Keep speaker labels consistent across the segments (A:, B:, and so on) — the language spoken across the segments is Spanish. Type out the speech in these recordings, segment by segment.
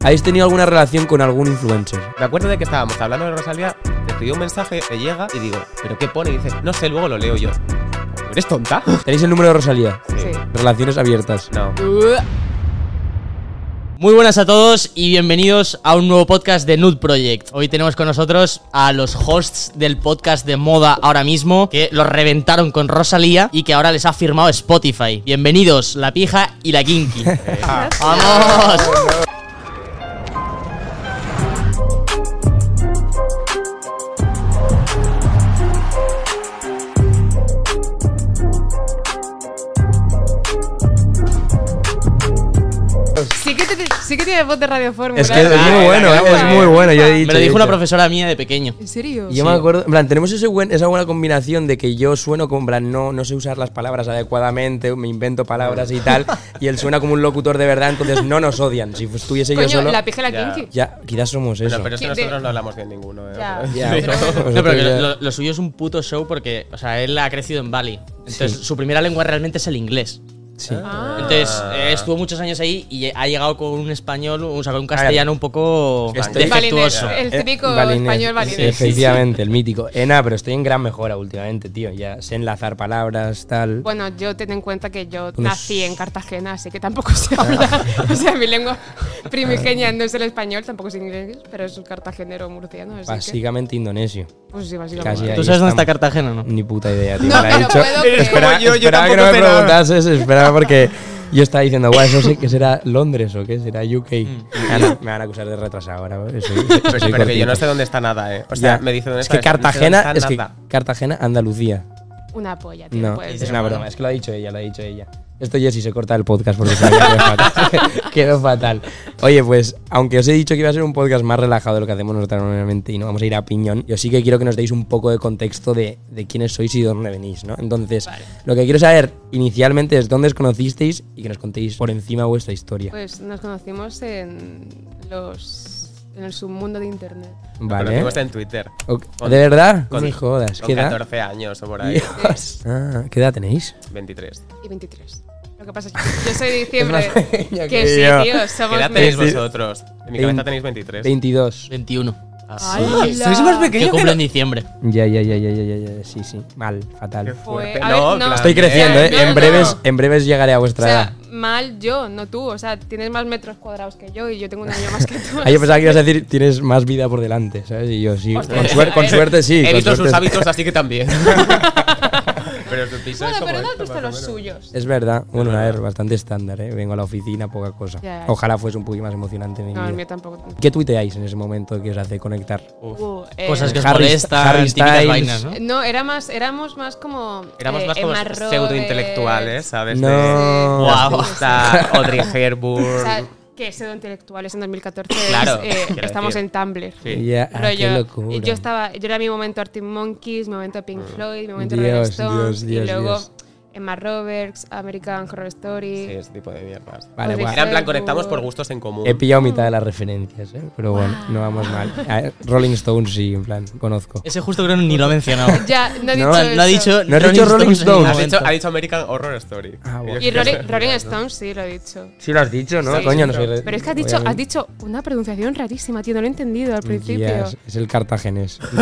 A: ¿Habéis tenido alguna relación con algún influencer?
B: Me acuerdo de que estábamos hablando de Rosalía, le escribí un mensaje, le llega y digo, ¿pero qué pone? Y dice, no sé, luego lo leo yo. ¿Eres tonta?
A: ¿Tenéis el número de Rosalía?
C: Sí.
A: Relaciones abiertas.
B: No.
D: Muy buenas a todos y bienvenidos a un nuevo podcast de Nude Project. Hoy tenemos con nosotros a los hosts del podcast de moda ahora mismo, que los reventaron con Rosalía y que ahora les ha firmado Spotify. Bienvenidos, la pija y la kinky. ¡Vamos!
C: Sí que, te- sí que tiene voz de radiofórmula.
A: Es que es
D: Ah,
A: muy bueno,
D: era
A: eh, es
D: buena,
A: muy
D: eh.
A: bueno. Yo he dicho,
D: Me lo
A: he
D: dijo una
A: dicho.
D: profesora mía de pequeño.
C: ¿En serio?
A: Y yo me acuerdo, en plan, tenemos ese buen- esa buena combinación de que yo sueno como, en plan, no, no sé usar las palabras adecuadamente, me invento palabras y tal, y él suena como un locutor de verdad, entonces no nos odian. Si estuviese
C: Coño,
A: yo solo,
C: la pija y la
B: Ya.
C: kinky.
A: ya, quizás somos eso.
B: Bueno, pero si
C: ¿Qué-
B: nosotros
C: de-
B: no hablamos bien ninguno, ¿eh?
C: Ya.
B: O sea,
A: Ya,
C: Pero
A: pero-
C: bueno.
D: No,
A: vosotros
D: pero que
A: ya-
D: lo, lo suyo es un puto show porque, o sea, él ha crecido en Bali. Entonces,
A: Sí.
D: su primera lengua realmente es el inglés.
A: sí.
C: Ah.
D: Entonces, eh, estuvo muchos años ahí y ha llegado con un español, o sea, con un castellano un poco
A: Estoy-
C: Balinés,
D: defectuoso.
C: el
A: Eh,
C: típico
A: balinés,
C: español
A: sí,
C: balinés.
A: efectivamente, el mítico. Eh, nada, pero estoy en gran mejora últimamente, tío. Ya sé enlazar palabras, tal.
C: Bueno, yo ten en cuenta que yo
A: Pues-
C: nací en Cartagena, así que tampoco sé hablar. o sea, mi lengua primigenia no es el español, tampoco es inglés, pero es un cartagenero murciano.
A: Ah,
C: Así que,
A: básicamente indonesio.
C: pues sí,
A: Casi
C: básicamente.
A: ahí
D: ¿Tú sabes dónde está
A: estamos.
D: Cartagena, no?
A: Ni puta idea, tío.
C: No,
A: me la ha
C: te lo
A: dicho.
C: puedo creer.
A: Esperaba,
B: Como yo, yo
A: esperaba que no me
B: tampoco sé nada.
A: preguntases, esperaba porque yo estaba diciendo, guau, eso sí que será Londres o qué, será UK. Me van a- me van a acusar de retrasado ahora. soy- soy
B: Mm. Pero, pero que
A: cortito.
B: yo no sé dónde está nada, ¿eh? O sea,
A: Ya.
B: me dice dónde
A: es
B: está.
A: que Cartagena,
B: no
A: es
B: sé
A: que
B: dónde está nada.
A: Cartagena, Andalucía.
C: Una polla, tío. pues,
A: No,
C: puede
A: es
C: ser.
A: una broma, es que lo ha dicho ella, lo ha dicho ella. Esto Jessy se corta el podcast porque se me quedó fatal. quedó fatal. Oye, pues, aunque os he dicho que iba a ser un podcast más relajado de lo que hacemos nosotros normalmente y no vamos a ir a piñón, yo sí que quiero que nos deis un poco de contexto de, de quiénes sois y de dónde venís, ¿no? Entonces, lo que quiero saber inicialmente es dónde os conocisteis y que nos contéis por encima vuestra historia.
C: Pues nos conocimos en los. en el submundo de internet.
B: Lo
A: vale.
B: conocimos en Twitter.
A: Ok,
B: este con-
A: ¿De verdad?
B: Con,
A: no me jodas.
B: con
A: ¿Qué edad?
B: 14 años o por ahí.
A: Dios. Ah, ¿Qué edad tenéis?
B: 23.
C: Y 23. Lo que pasa es que yo soy de diciembre.
A: Es más pequeña
C: que,
A: que
C: sí,
A: yo.
C: tío,
B: ¿Qué
C: somos.
B: edad
C: de-
B: tenéis vosotros? En mi cabeza
A: Veinte-
B: tenéis 23.
A: 22.
D: 21.
C: ¡Hala!
D: Yo cumplo en diciembre.
A: Ya, ya, ya, ya, ya, ya, ya, sí, sí. Mal,
B: Qué
A: fatal.
B: fuerte.
C: Fue- a ver, no.
B: plan,
A: Estoy creciendo,
C: Ya,
A: ¿eh?
C: no,
A: en,
C: no.
A: breves, en breves llegaré a
C: O
A: vuestra edad.
C: sea, mal yo, no tú. O sea, tienes más metros cuadrados que yo y yo tengo un año más que tú.
A: Ah, yo pensaba que ibas a decir, tienes más vida por delante, ¿sabes? Y yo sí,
C: Hostia. eh,
A: con, suer- con suerte sí.
B: He
A: con
B: visto sus
A: suerte-
B: hábitos, así que también. pero su piso es
C: Bueno,
B: como
C: pero no pues, has
B: esto,
C: visto
B: más o
C: los
B: menos.
C: suyos.
A: Es verdad, bueno, a ver, bastante estándar, ¿eh? Vengo a la oficina, poca cosa.
C: Ya, ya.
A: Ojalá fuese un poquito más emocionante mi
C: No,
A: vida.
C: el mío tampoco.
A: ¿Qué tuiteáis en ese momento que os hace conectar?
C: Uh, eh,
D: Cosas que os
A: Harry-
D: molestan,
A: Harry
D: típicas
A: Styles.
D: vainas, ¿no?
C: No, era más, éramos más como.
B: Éramos
C: eh,
B: más como
C: Emma Roberts.
B: pseudointelectuales, ¿sabes?
A: No.
B: De-
D: Guau.
B: Nos gusta Audrey Hepburn.
C: O sea, que pseudointelectuales en 2014
B: Claro,
C: eh,
B: quiero
C: estamos
B: decir.
C: en Tumblr.
B: Sí.
A: Ya, ah,
C: Pero
A: qué
C: yo,
A: locura.
C: yo estaba, yo era mi momento Arctic Monkeys, mi momento Pink
B: Ah.
C: Floyd, mi momento
A: Dios,
C: Rolling
A: Dios,
C: Stones
A: Dios,
C: y luego
A: Dios.
C: Emma Roberts, American Horror Story.
B: Sí, ese tipo de mierdas.
A: Vale,
C: Pues
A: guau.
B: Era en plan,
C: Hepburn.
B: conectamos por gustos en común.
A: He pillado mitad de las referencias, ¿eh? Pero bueno, no vamos mal. A ver, Rolling Stones sí, en plan, conozco.
D: Ese justo creo que ni lo ha mencionado.
C: Ya, no
A: No,
C: he dicho
D: No
C: eso.
D: ha dicho
A: No has dicho Rolling
D: en ningún
A: Stones.
B: Has dicho-
D: momento.
B: ha dicho American Horror Story.
A: Ah, bueno.
C: Y Rolling, Rolling Stones sí lo he dicho.
A: Sí lo has dicho, ¿no?
B: Sí,
A: Coño, no
B: pero-
A: soy... re-
C: Pero es que has dicho, has
A: obviamente.
C: dicho una pronunciación rarísima, tío, no lo he entendido al principio.
A: Ya, es- es el cartagenés.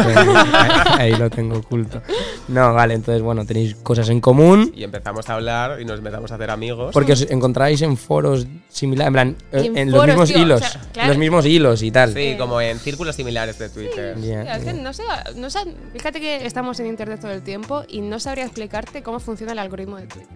A: Ahí lo tengo oculto. No, vale, entonces, bueno, tenéis cosas en común.
B: Y empezamos a hablar y nos empezamos a hacer amigos.
A: Porque os encontráis en foros similares, en plan, eh, en,
C: En
A: los
C: foros,
A: mismos
C: tío, o
A: hilos.
C: sea,
A: En
C: claro.
A: los mismos hilos y tal.
B: Sí, como en círculos similares de Twitter.
A: Ya,
C: Hostia, es que
A: ya.
C: no sé, no sé, fíjate que estamos en internet todo el tiempo y no sabría explicarte cómo funciona el algoritmo de Twitter.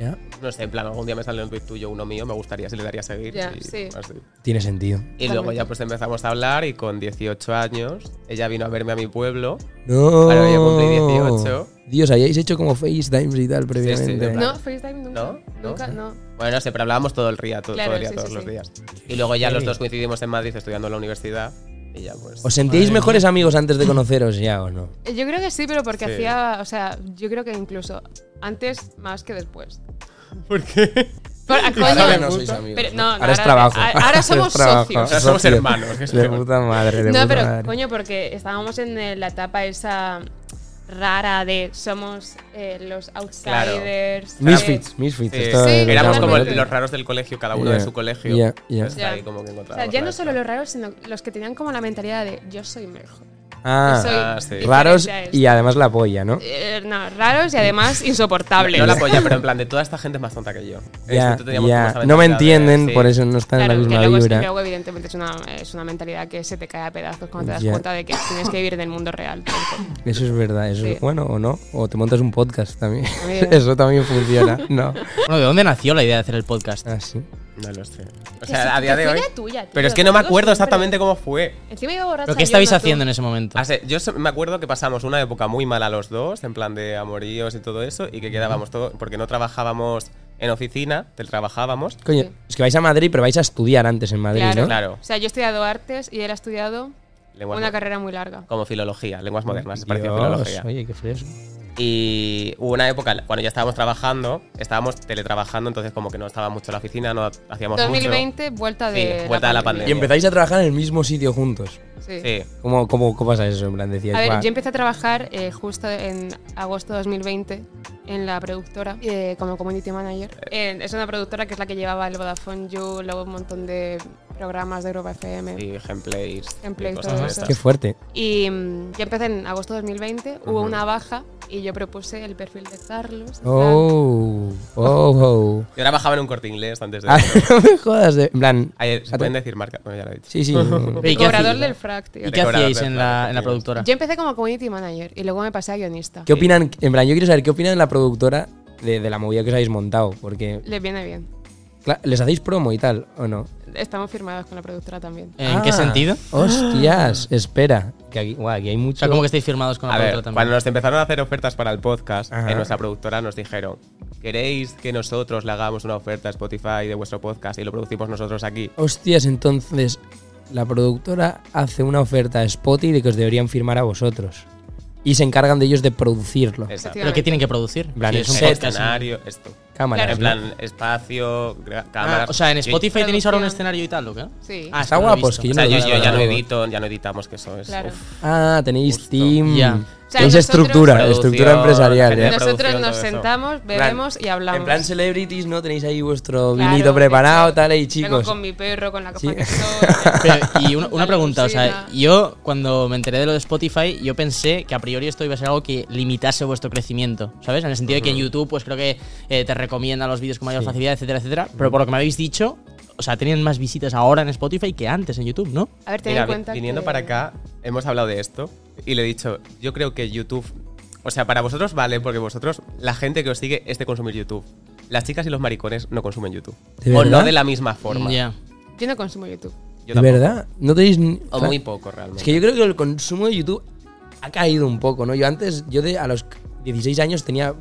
A: Ya,
B: No sé, en plan, algún día me sale un tweet tuyo, uno mío, me gustaría si le daría a seguir.
C: Ya,
B: y,
C: sí.
B: así.
A: Tiene sentido.
B: Y luego ya pues empezamos a hablar y con 18 años ella vino a verme a mi pueblo.
A: No.
B: Ahora yo cumplí 18.
A: Dios, habíais hecho como FaceTimes y tal previamente.
B: Claro.
C: No, FaceTime nunca.
B: ¿No? ¿No?
C: Nunca, no.
B: Bueno, no sé, pero hablábamos todo el día, todo,
C: Claro,
B: todo el día,
C: sí,
B: todos
C: sí,
B: los
C: sí.
B: días. Y luego ya los
A: Sí.
B: dos coincidimos en Madrid estudiando en la universidad y ya pues...
A: ¿Os sentíais mejores amigos antes de conoceros ya o no?
C: Eh, Yo creo que sí, pero porque
B: Sí.
C: hacía, o sea, yo creo que incluso antes más que después.
B: ¿Por qué?
C: Por- ah, coño,
A: Ahora no sois amigos,
C: pero-
A: ¿no?
C: no, no,
A: Ahora es trabajo.
C: a- Ahora,
A: Ahora
C: somos
A: es trabajo.
C: socios.
B: Ahora somos
A: Socio.
B: hermanos. que es
A: De
B: peor.
A: puta madre, de
C: No,
A: puta
C: pero
A: madre.
C: coño, porque estábamos en eh, la etapa esa rara de somos eh, los outsiders. de-
A: Misfits, misfits.
B: Eh,
A: esto
C: Sí,
A: es-
B: éramos como
C: totalmente.
B: los raros del colegio, cada uno
A: Yeah,
B: de su colegio.
A: yeah, yeah.
B: Entonces, ahí
C: Ya.
B: como que
C: O sea,
B: encontrábamos
C: ya
B: la
C: no
B: esta.
C: solo los raros, sino los que tenían como la mentalidad de yo soy mejor.
A: Ah,
C: soy
B: Ah, sí.
C: diferente
A: raros
C: a esto".
A: y además la polla, ¿no?
C: Eh, no, raros y además insoportables.
B: No la polla, pero en plan, de toda esta gente es más tonta que yo. Eh,
A: Ya,
B: nosotros teníamos
A: ya.
B: como esa
A: No me
B: mentalidad de-
A: entienden,
B: sí.
A: por eso no están
C: Claro,
A: en
C: que
A: la misma
C: luego, es-
A: vibra.
C: luego, evidentemente es una, es una mentalidad que se te cae a pedazos cuando te das
A: Ya.
C: cuenta de que tienes que vivir en el mundo real. todo el tiempo.
A: Eso es verdad, eso es
C: Sí.
A: bueno o no. O te montas un podcast también.
C: Mira.
A: eso también funciona, ¿no?
D: Bueno, ¿de dónde nació la idea de hacer el podcast?
A: Ah, sí.
B: No lo sé. O
C: Que
B: sea,
C: sí,
B: a
C: que
B: día de
C: fue
B: hoy.
C: idea tuya, tío,
B: pero es
C: te
B: que no me
C: digo
B: acuerdo
C: siempre.
B: exactamente cómo fue.
C: Encima iba borracha.
D: ¿Pero qué
C: yo,
D: estabais
C: no tú.
D: haciendo en ese momento?
B: O sea, yo se- me acuerdo que pasamos una época muy mala los dos, en plan de amoríos y todo eso, y que quedábamos todo, porque no trabajábamos en oficina, teletrabajábamos.
A: Coño, es que vais a Madrid, pero vais a estudiar antes en Madrid,
C: Claro.
A: ¿no?
B: Claro.
C: O sea, yo he estudiado artes y él ha estudiado
B: Lenguas
C: una
B: mo-
C: carrera muy larga.
B: Como filología, lenguas modernas, se parecía a
A: Dios,
B: filología.
A: oye, qué fresco.
B: Y hubo una época, cuando ya estábamos trabajando, estábamos teletrabajando, entonces como que no estaba mucho en la oficina, no hacíamos mucho.
C: 2020, vuelta de.
B: Sí, vuelta de la
A: Y
B: pandemia.
A: empezáis a trabajar en el mismo sitio juntos.
C: Sí.
B: Sí.
A: ¿Cómo, cómo, cómo pasa eso? En plan, decías,
C: A ver,
A: "Buah".
C: yo empecé a trabajar eh, justo en agosto de 2020 en la productora eh, como community manager. Eh, es una productora que es la que llevaba el Vodafone You, luego un montón de programas de Europa FM.
B: y gameplays. y
C: Gameplays,
B: cosas
C: todo
B: de
C: eso.
B: esas.
A: Qué fuerte.
C: Y mm, yo empecé en agosto de 2020, hubo
B: Ujú.
C: una baja y yo propuse el perfil de Carlos. en
A: Oh, oh, oh.
B: Yo trabajaba en un corte inglés antes de.
A: Ah, no me jodas. De, en plan,
B: Ayer, ¿se
A: Ah,
B: pueden decir marca? Bueno, ya lo he dicho.
A: sí, sí.
D: Pero ¿y
C: plan,
D: qué
C: cobrador
D: hacíais?
C: del frac, tío.
D: ¿Y
B: de
D: qué
B: cobrar,
D: hacíais
B: de
D: en
B: cobrar,
D: la, en la
B: sí.
D: productora?
C: Yo empecé como community manager y luego me pasé a guionista.
A: ¿Qué opinan? En plan, yo quiero saber qué opinan la productora de, de la movida que os habéis montado. Porque,
C: Les viene bien.
A: cla- ¿les hacéis promo y tal o no?
C: Estamos firmados con la productora también.
D: ¿En qué
A: Ah,
D: sentido?
A: Hostias, espera. Que aquí, guau, aquí hay
D: O
A: mucho.
D: sea, ¿cómo que estáis firmados con la
B: A ver,
D: productora
B: cuando
D: también?
B: nos empezaron a hacer ofertas para el podcast,
A: Ajá.
B: en nuestra productora nos dijeron, ¿queréis que nosotros le hagamos una oferta a Spotify de vuestro podcast y lo producimos nosotros aquí?
A: Hostias, entonces la productora hace una oferta a Spotify de que os deberían firmar a vosotros. Y se encargan de ellos de producirlo.
B: Exacto.
D: ¿Pero qué tienen que producir?
A: En plan,
D: Si
A: es
D: es un
A: set,
D: podcast, ¿no?
B: escenario, esto.
A: Cámaras.
C: Claro.
B: En
A: ¿no?
B: plan, espacio, gra-
D: Ah,
B: cámaras.
D: o sea, en
B: Yo-
D: Spotify tenéis ahora un
C: Producción.
D: escenario y tal, ¿o qué?
C: Sí.
D: Ah, es
A: Está
D: que no lo he
A: guapo,
D: visto.
A: es que yo
B: O sea,
A: no
B: yo,
A: lo-
B: yo ya no
A: lo-
B: edito, ya no editamos, que eso es.
C: Claro.
B: uf.
A: Ah, tenéis
B: Justo.
A: team.
D: Ya.
C: sea,
A: tenéis
C: nosotros-
A: estructura,
B: Producción,
A: estructura empresarial. ¿eh?
B: gente
A: ya.
B: de
C: Nosotros
B: producción,
C: nos
B: todo eso.
C: sentamos, bebemos y hablamos.
A: En plan celebrities, ¿no? Tenéis ahí vuestro
C: Claro,
A: vinito
C: de
A: preparado,
C: hecho,
A: tal, y
C: Vengo
A: chicos.
C: con mi perro, con la copa
A: Sí.
C: que soy.
D: Pero, y una, una
C: Dale,
D: pregunta, o sea,
C: cocina.
D: yo cuando me enteré de lo de Spotify, yo pensé que a priori esto iba a ser algo que limitase vuestro crecimiento, ¿sabes? En el sentido de que en YouTube, pues creo que eh, te recomienda los vídeos con mayor facilidad, etcétera, etcétera. Pero por lo que me habéis dicho, o sea, tienen más visitas ahora en Spotify que antes en YouTube, ¿no?
C: A ver, ten
B: Mira,
C: en
B: vi-
C: cuenta.
B: viniendo
C: que-
B: para acá, hemos hablado de esto y le he dicho, yo creo que YouTube, o sea, para vosotros vale, porque vosotros, la gente que os sigue es de consumir YouTube. Las chicas y los maricones no consumen YouTube.
A: ¿De
B: o no
A: verdad?
B: de la misma forma.
D: Mm, Ya.
C: Yo no consumo YouTube.
A: ¿De
B: Yo tampoco.
A: verdad? ¿No tenéis.? ni-
B: O
A: Claro.
B: muy poco realmente.
A: Es que yo creo que el consumo de YouTube ha caído un poco, ¿no? Yo antes, yo de, a los 16 años tenía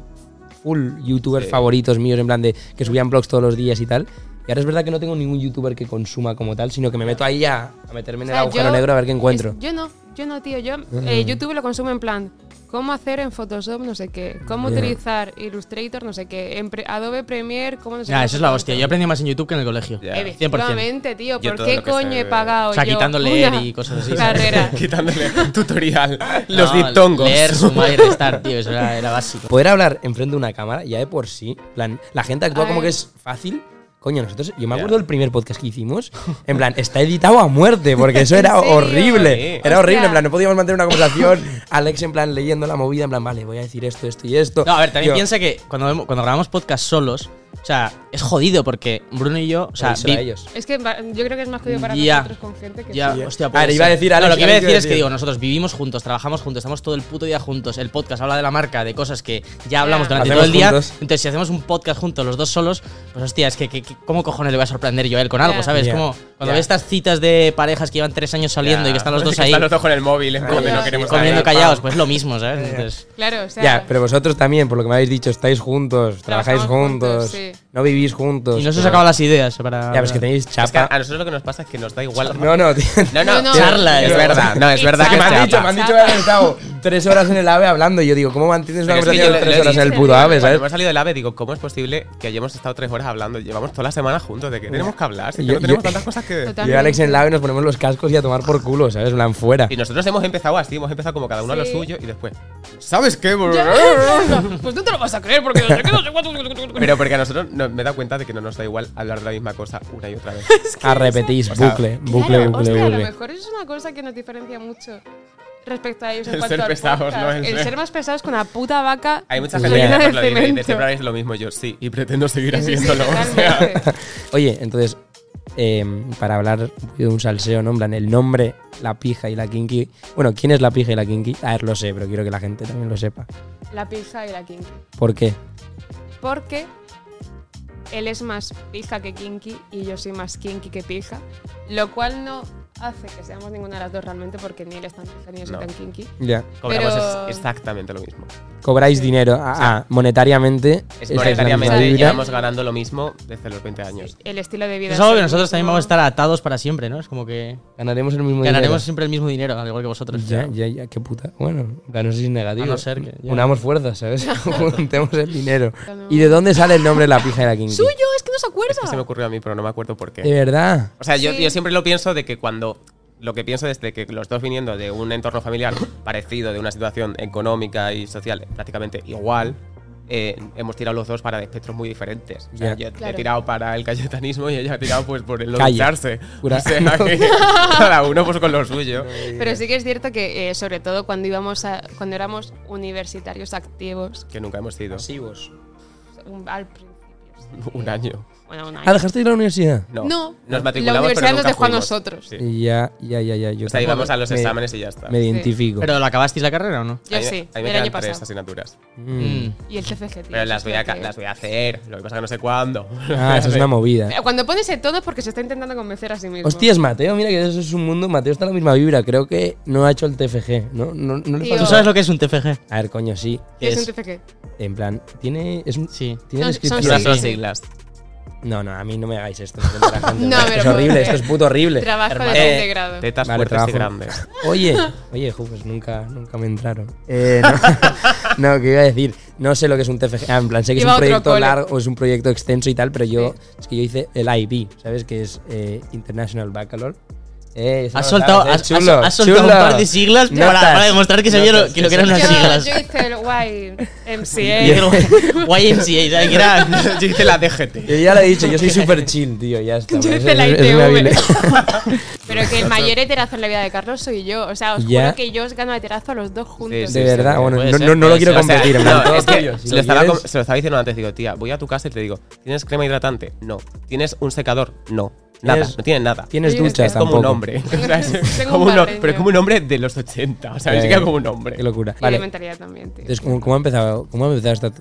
A: full youtubers
B: Sí.
A: favoritos míos, en plan de que subían blogs todos los días y tal. Y ahora es verdad que no tengo ningún youtuber que consuma como tal, sino que me meto ahí a, a meterme en el
C: O sea,
A: agujero
C: yo-
A: negro a ver qué encuentro.
C: es- yo no, yo no, tío. Yo eh, YouTube lo consumo en plan. Cómo hacer en Photoshop, no sé qué. Cómo
A: Ya.
C: utilizar Illustrator, no sé qué. En pre- Adobe Premiere, cómo no sé qué.
D: Ya, eso es la hostia. Yo aprendí más en YouTube que en el colegio.
B: Ya.
C: Efectivamente, tío.
B: Yo
C: ¿Por
B: todo
C: qué
B: lo que
C: coño
B: sé
C: he
B: de-
C: pagado
D: O sea,
C: yo
D: quitando leer
C: una
D: y cosas así. ¿sabes?
C: Carrera.
B: Quitándole tutorial. los
D: No,
B: diptongos.
D: Leer, sumar y restar, tío, eso era, era básico.
A: Poder hablar enfrente de una cámara ya de por sí, en plan, la gente actúa
C: A
A: como
C: ver.
A: que es fácil. Coño, nosotros, yo me
B: Ya.
A: acuerdo del primer podcast que hicimos, en plan, está editado a muerte, porque eso era
C: ¿En serio?
A: horrible.
B: Sí.
A: Era horrible,
C: Hostia.
A: en plan, no podíamos mantener una conversación. Alex, en plan, leyendo la movida, en plan, vale, voy a decir esto, esto y esto.
D: No, a ver, también
A: Yo-
D: piensa que cuando, vemos- cuando grabamos podcast solos, o sea, es jodido porque Bruno y yo, o sea,
A: Díselo a
D: vi-
A: ellos.
C: Es que va- yo creo que es más jodido para
D: Ya.
C: nosotros con gente que.
D: Ya,
A: Sí, eh.
D: hostia,
A: Ah, le iba a
D: ser.
A: decir,
D: No,
A: Alex,
D: lo que
A: ya
D: iba a
A: le iba
D: decir
A: a
D: es que
A: decir.
D: digo, nosotros vivimos juntos, trabajamos juntos, estamos todo el puto día juntos. El podcast habla de la marca, de cosas que ya hablamos durante
A: Hacemos
D: todo el día.
A: juntos.
D: Entonces, si hacemos un podcast juntos, los dos solos, pues hostia, es que, que- que- ¿cómo cojones le voy a sorprender yo a él con algo,
C: Ya.
D: sabes?
A: Ya.
D: Como cuando
A: Ya.
D: ves estas citas de parejas que llevan tres años saliendo y que están los dos
B: Que
D: ahí
B: Están los dos con el móvil. en plan de no queremos
D: comiendo
B: hablar.
D: callados, pues lo mismo, ¿sabes? Entonces,
C: Claro, o sea.
A: Ya, pero vosotros también, por lo que me habéis dicho, estáis juntos, trabajáis
C: Trabajamos
A: juntos,
C: juntos, sí.
A: no vivís juntos.
D: y no se os
A: pero-
D: acaban las ideas para.
A: Ya, pero es que tenéis chapa.
B: Es que a nosotros lo que nos pasa es que nos da igual.
A: No, no, tío.
B: no,
C: No, no.
D: Charla,
B: Es
D: eh.
B: verdad, no, es
C: Y
B: verdad que
A: me
C: charla.
A: han
B: es
A: dicho,
B: chapa.
A: me han dicho que habéis estado tres horas en el AVE hablando. Y yo digo, ¿cómo mantienes una
B: Pero es que
A: conversación
B: yo
A: de
B: le-
A: tres
B: le he
A: horas en el
C: dicho,
A: puto AVE,
B: Cuando
A: ¿sabes?
B: hemos salido del AVE, digo, ¿cómo es posible que hayamos estado tres horas hablando? Llevamos toda la semana juntos, ¿de qué tenemos que hablar? Si es
A: Yo-
B: que no
A: yo-
B: tenemos tantas cosas que decir.
C: Total.
A: Llega Alex en el AVE, nos ponemos los cascos y a tomar por culo, ¿sabes? En plan, fuera.
B: Y nosotros hemos empezado así, hemos empezado como cada uno a lo
C: Sí.
B: suyo y después. ¿Sabes qué?
C: Pues no te lo vas a creer porque no sé qué, no sé cuánto.
B: Pero porque a nosotros no- me he dado cuenta de que no nos da igual hablar de la misma cosa una y otra vez.
A: A repetís,
B: O sea,
A: bucle,
C: Claro,
A: bucle, bucle,
C: hostia, a lo
A: bucle.
C: mejor eso es una cosa que nos diferencia mucho respecto a ellos en
B: El
C: cuanto
B: ser
C: al
B: pesados,
C: podcast.
B: ¿no? El
C: El,
B: ser-
C: ser... más pesados con una puta vaca.
B: Hay mucha
A: Sí.
B: gente que
C: llena
B: me
C: de
B: lo dice, y dice,
C: cemento.
B: siempre habláis este lo mismo. Y Yo sí, y pretendo seguir
C: Sí, sí, sí,
B: haciéndolo. o sea.
C: totalmente.
A: Oye, entonces, eh, para hablar un poquito de un salseo, ¿no? En plan, el nombre, la pija y la kinky. Bueno, ¿quién es la pija y la kinky? A ver, lo sé, pero quiero que la gente también lo sepa.
C: La pija y la kinky.
A: ¿Por qué?
C: Porque él es más pija que kinky y yo soy más kinky que pija. Lo cual no hace que seamos ninguna de las dos realmente porque ni él es tan pija ni yo soy
B: No.
C: tan kinky.
A: Ya.
B: Cobramos
C: Pero-
B: ex- exactamente lo mismo.
A: Cobráis dinero, ah, ah, monetariamente.
B: Es
A: esa es la misma
B: monetariamente
A: vibra.
B: llevamos ganando lo mismo desde los 20 años.
C: El estilo de vida.
D: Es algo
C: el
D: que nosotros también
C: mismo.
D: vamos a estar atados para siempre, ¿no? Es como que
A: Ganaremos el mismo
D: ganaremos
A: dinero.
D: siempre el mismo dinero, al igual que vosotros.
A: Ya, ya, ya, qué puta. Bueno, en plan, no sé si es negativo.
D: Pues A no ser que- ya.
A: Unamos fuerzas, ¿sabes? Juntemos el dinero. ¿Y de dónde sale el nombre de la pija y la kinky?
C: ¡Suyo! ¡Es que no se acuerda!
B: Es que se me ocurrió a mí, pero no me acuerdo por qué.
A: De verdad.
B: O sea, yo,
C: Sí.
B: yo siempre lo pienso de que cuando. Lo que pienso desde que los dos viniendo de un entorno familiar parecido, de una situación económica y social prácticamente igual, eh, hemos tirado los dos para espectros muy diferentes. O sea,
A: Ya.
B: yo he
C: Claro.
B: tirado para el cayetanismo y ella ha tirado pues por el
A: Calle.
B: lucharse.
A: Pura-
B: O sea, que cada uno pues con lo suyo.
C: Pero sí que es cierto que, eh, sobre todo cuando íbamos a, cuando éramos universitarios activos,
B: Que nunca hemos sido.
A: Pasivos.
C: un- al principio. sí.
B: Un año.
C: Bueno, un
A: Ah,
C: año.
A: dejaste de ir a la universidad.
B: No.
C: No.
B: Nos matriculamos,
C: La universidad
B: pero
C: nos
B: nunca
C: dejó a
B: fuimos.
C: nosotros.
B: Sí.
A: Ya, ya, ya, ya. Yo
B: O sea,
A: tampoco-
B: íbamos a los
A: me-
B: exámenes y ya está.
A: Me identifico.
D: Pero lo acabasteis la carrera o no?
C: Yo
B: A mí-
C: sí,
B: a mí me
C: el año
B: quedan tres
C: pasado.
B: asignaturas.
A: Mm.
D: Mm.
C: Y el CFG, tío,
B: Pero
C: eso
B: las
C: es
B: voy,
C: lo
B: a, ca-
C: que-
B: las voy a hacer. Lo que pasa es que no sé cuándo.
A: Ah, eso es una movida.
C: Pero Cuando pones el todo es porque se está intentando convencer a sí mismo.
A: Hostia, es Mateo, mira que eso es un mundo. Mateo está en la misma vibra. Creo que no ha hecho el TFG. No, no, no le
C: Tío.
A: falta-
D: ¿Tú sabes lo que es un TFG?
A: A ver, coño, sí.
C: ¿Qué es un
A: es-
C: TFG?
A: En plan, tiene. Es un,
D: Sí.
A: tiene
C: Son- son
A: descripción.
B: Unas son
C: Sí.
B: siglas.
A: No, no, a mí no me hagáis esto. enfrente de la gente,
C: No,
A: es
C: pero-
A: horrible, esto es puto horrible.
C: Trabajo de
A: Hermano.
B: eh,
C: doble grado.
B: Tetas
A: Vale,
B: fuertes y
A: trabajo.
B: grandes.
A: Oye, oye, ju, pues nunca, nunca me entraron. Eh, no, no, que iba a decir, no sé lo que es un TFG. Ah, en plan, sé que
C: Iba a
A: es un
C: otro
A: proyecto
C: cole.
A: largo, es un proyecto extenso y tal, pero yo,
C: Sí.
A: es que yo hice el IB, ¿sabes? Que es eh, International Baccalaureate. Eh, eso
D: Has
A: no lo
D: soltado,
A: sabes,
D: has,
A: eh,
D: has-
A: chulo,
D: has soltado un
A: chulo.
D: par de siglas para,
A: Notas,
D: para demostrar que sabía lo
A: notas,
D: que, lo que
A: sí,
D: eran
C: Yo,
D: unas siglas.
C: yo hice el guay
D: Yo
C: MCA.
D: creo- YMCA, ¿sabes? Que era-
B: Yo hice la DGT.
A: Yo ya lo he dicho, yo soy súper chill, tío, ya está.
C: Yo
A: pues,
C: hice la
A: es- es una
C: ITV.
A: habilidad.
C: Pero que el mayor heterazo en la vida de Carlos soy yo. O sea, os
A: Ya.
C: juro que yo os gano heterazo a los dos juntos.
B: Sí,
A: De
B: sí,
A: verdad, bueno,
D: puede
A: no,
D: ser,
A: no- no lo
D: puede
A: quiero
D: ser. O sea,
A: competir, en plan,
B: no,
A: todo
B: es que
A: tuyo, si
B: se,
A: lo
B: lo estaba
A: quieres.
B: com- se lo estaba diciendo antes. Digo, tía, voy a tu casa y te digo, ¿tienes crema hidratante? No. ¿Tienes un secador? No. Nada,
A: Tienes-
B: no tiene nada.
A: Tienes
C: Yo creo que
A: ducha
B: es como un
A: tampoco.
B: hombre. O sea, es
C: Tengo
B: como
C: un
B: un ho-
C: barreño.
B: pero es como un hombre de los 80. O sea,
A: Eh,
B: ni siquiera como un hombre.
A: Qué locura.
C: Y de
A: Vale,
C: mentalidad también, tío.
A: entonces, ¿cómo, cómo ha empezado? ¿Cómo ha empezado esta...?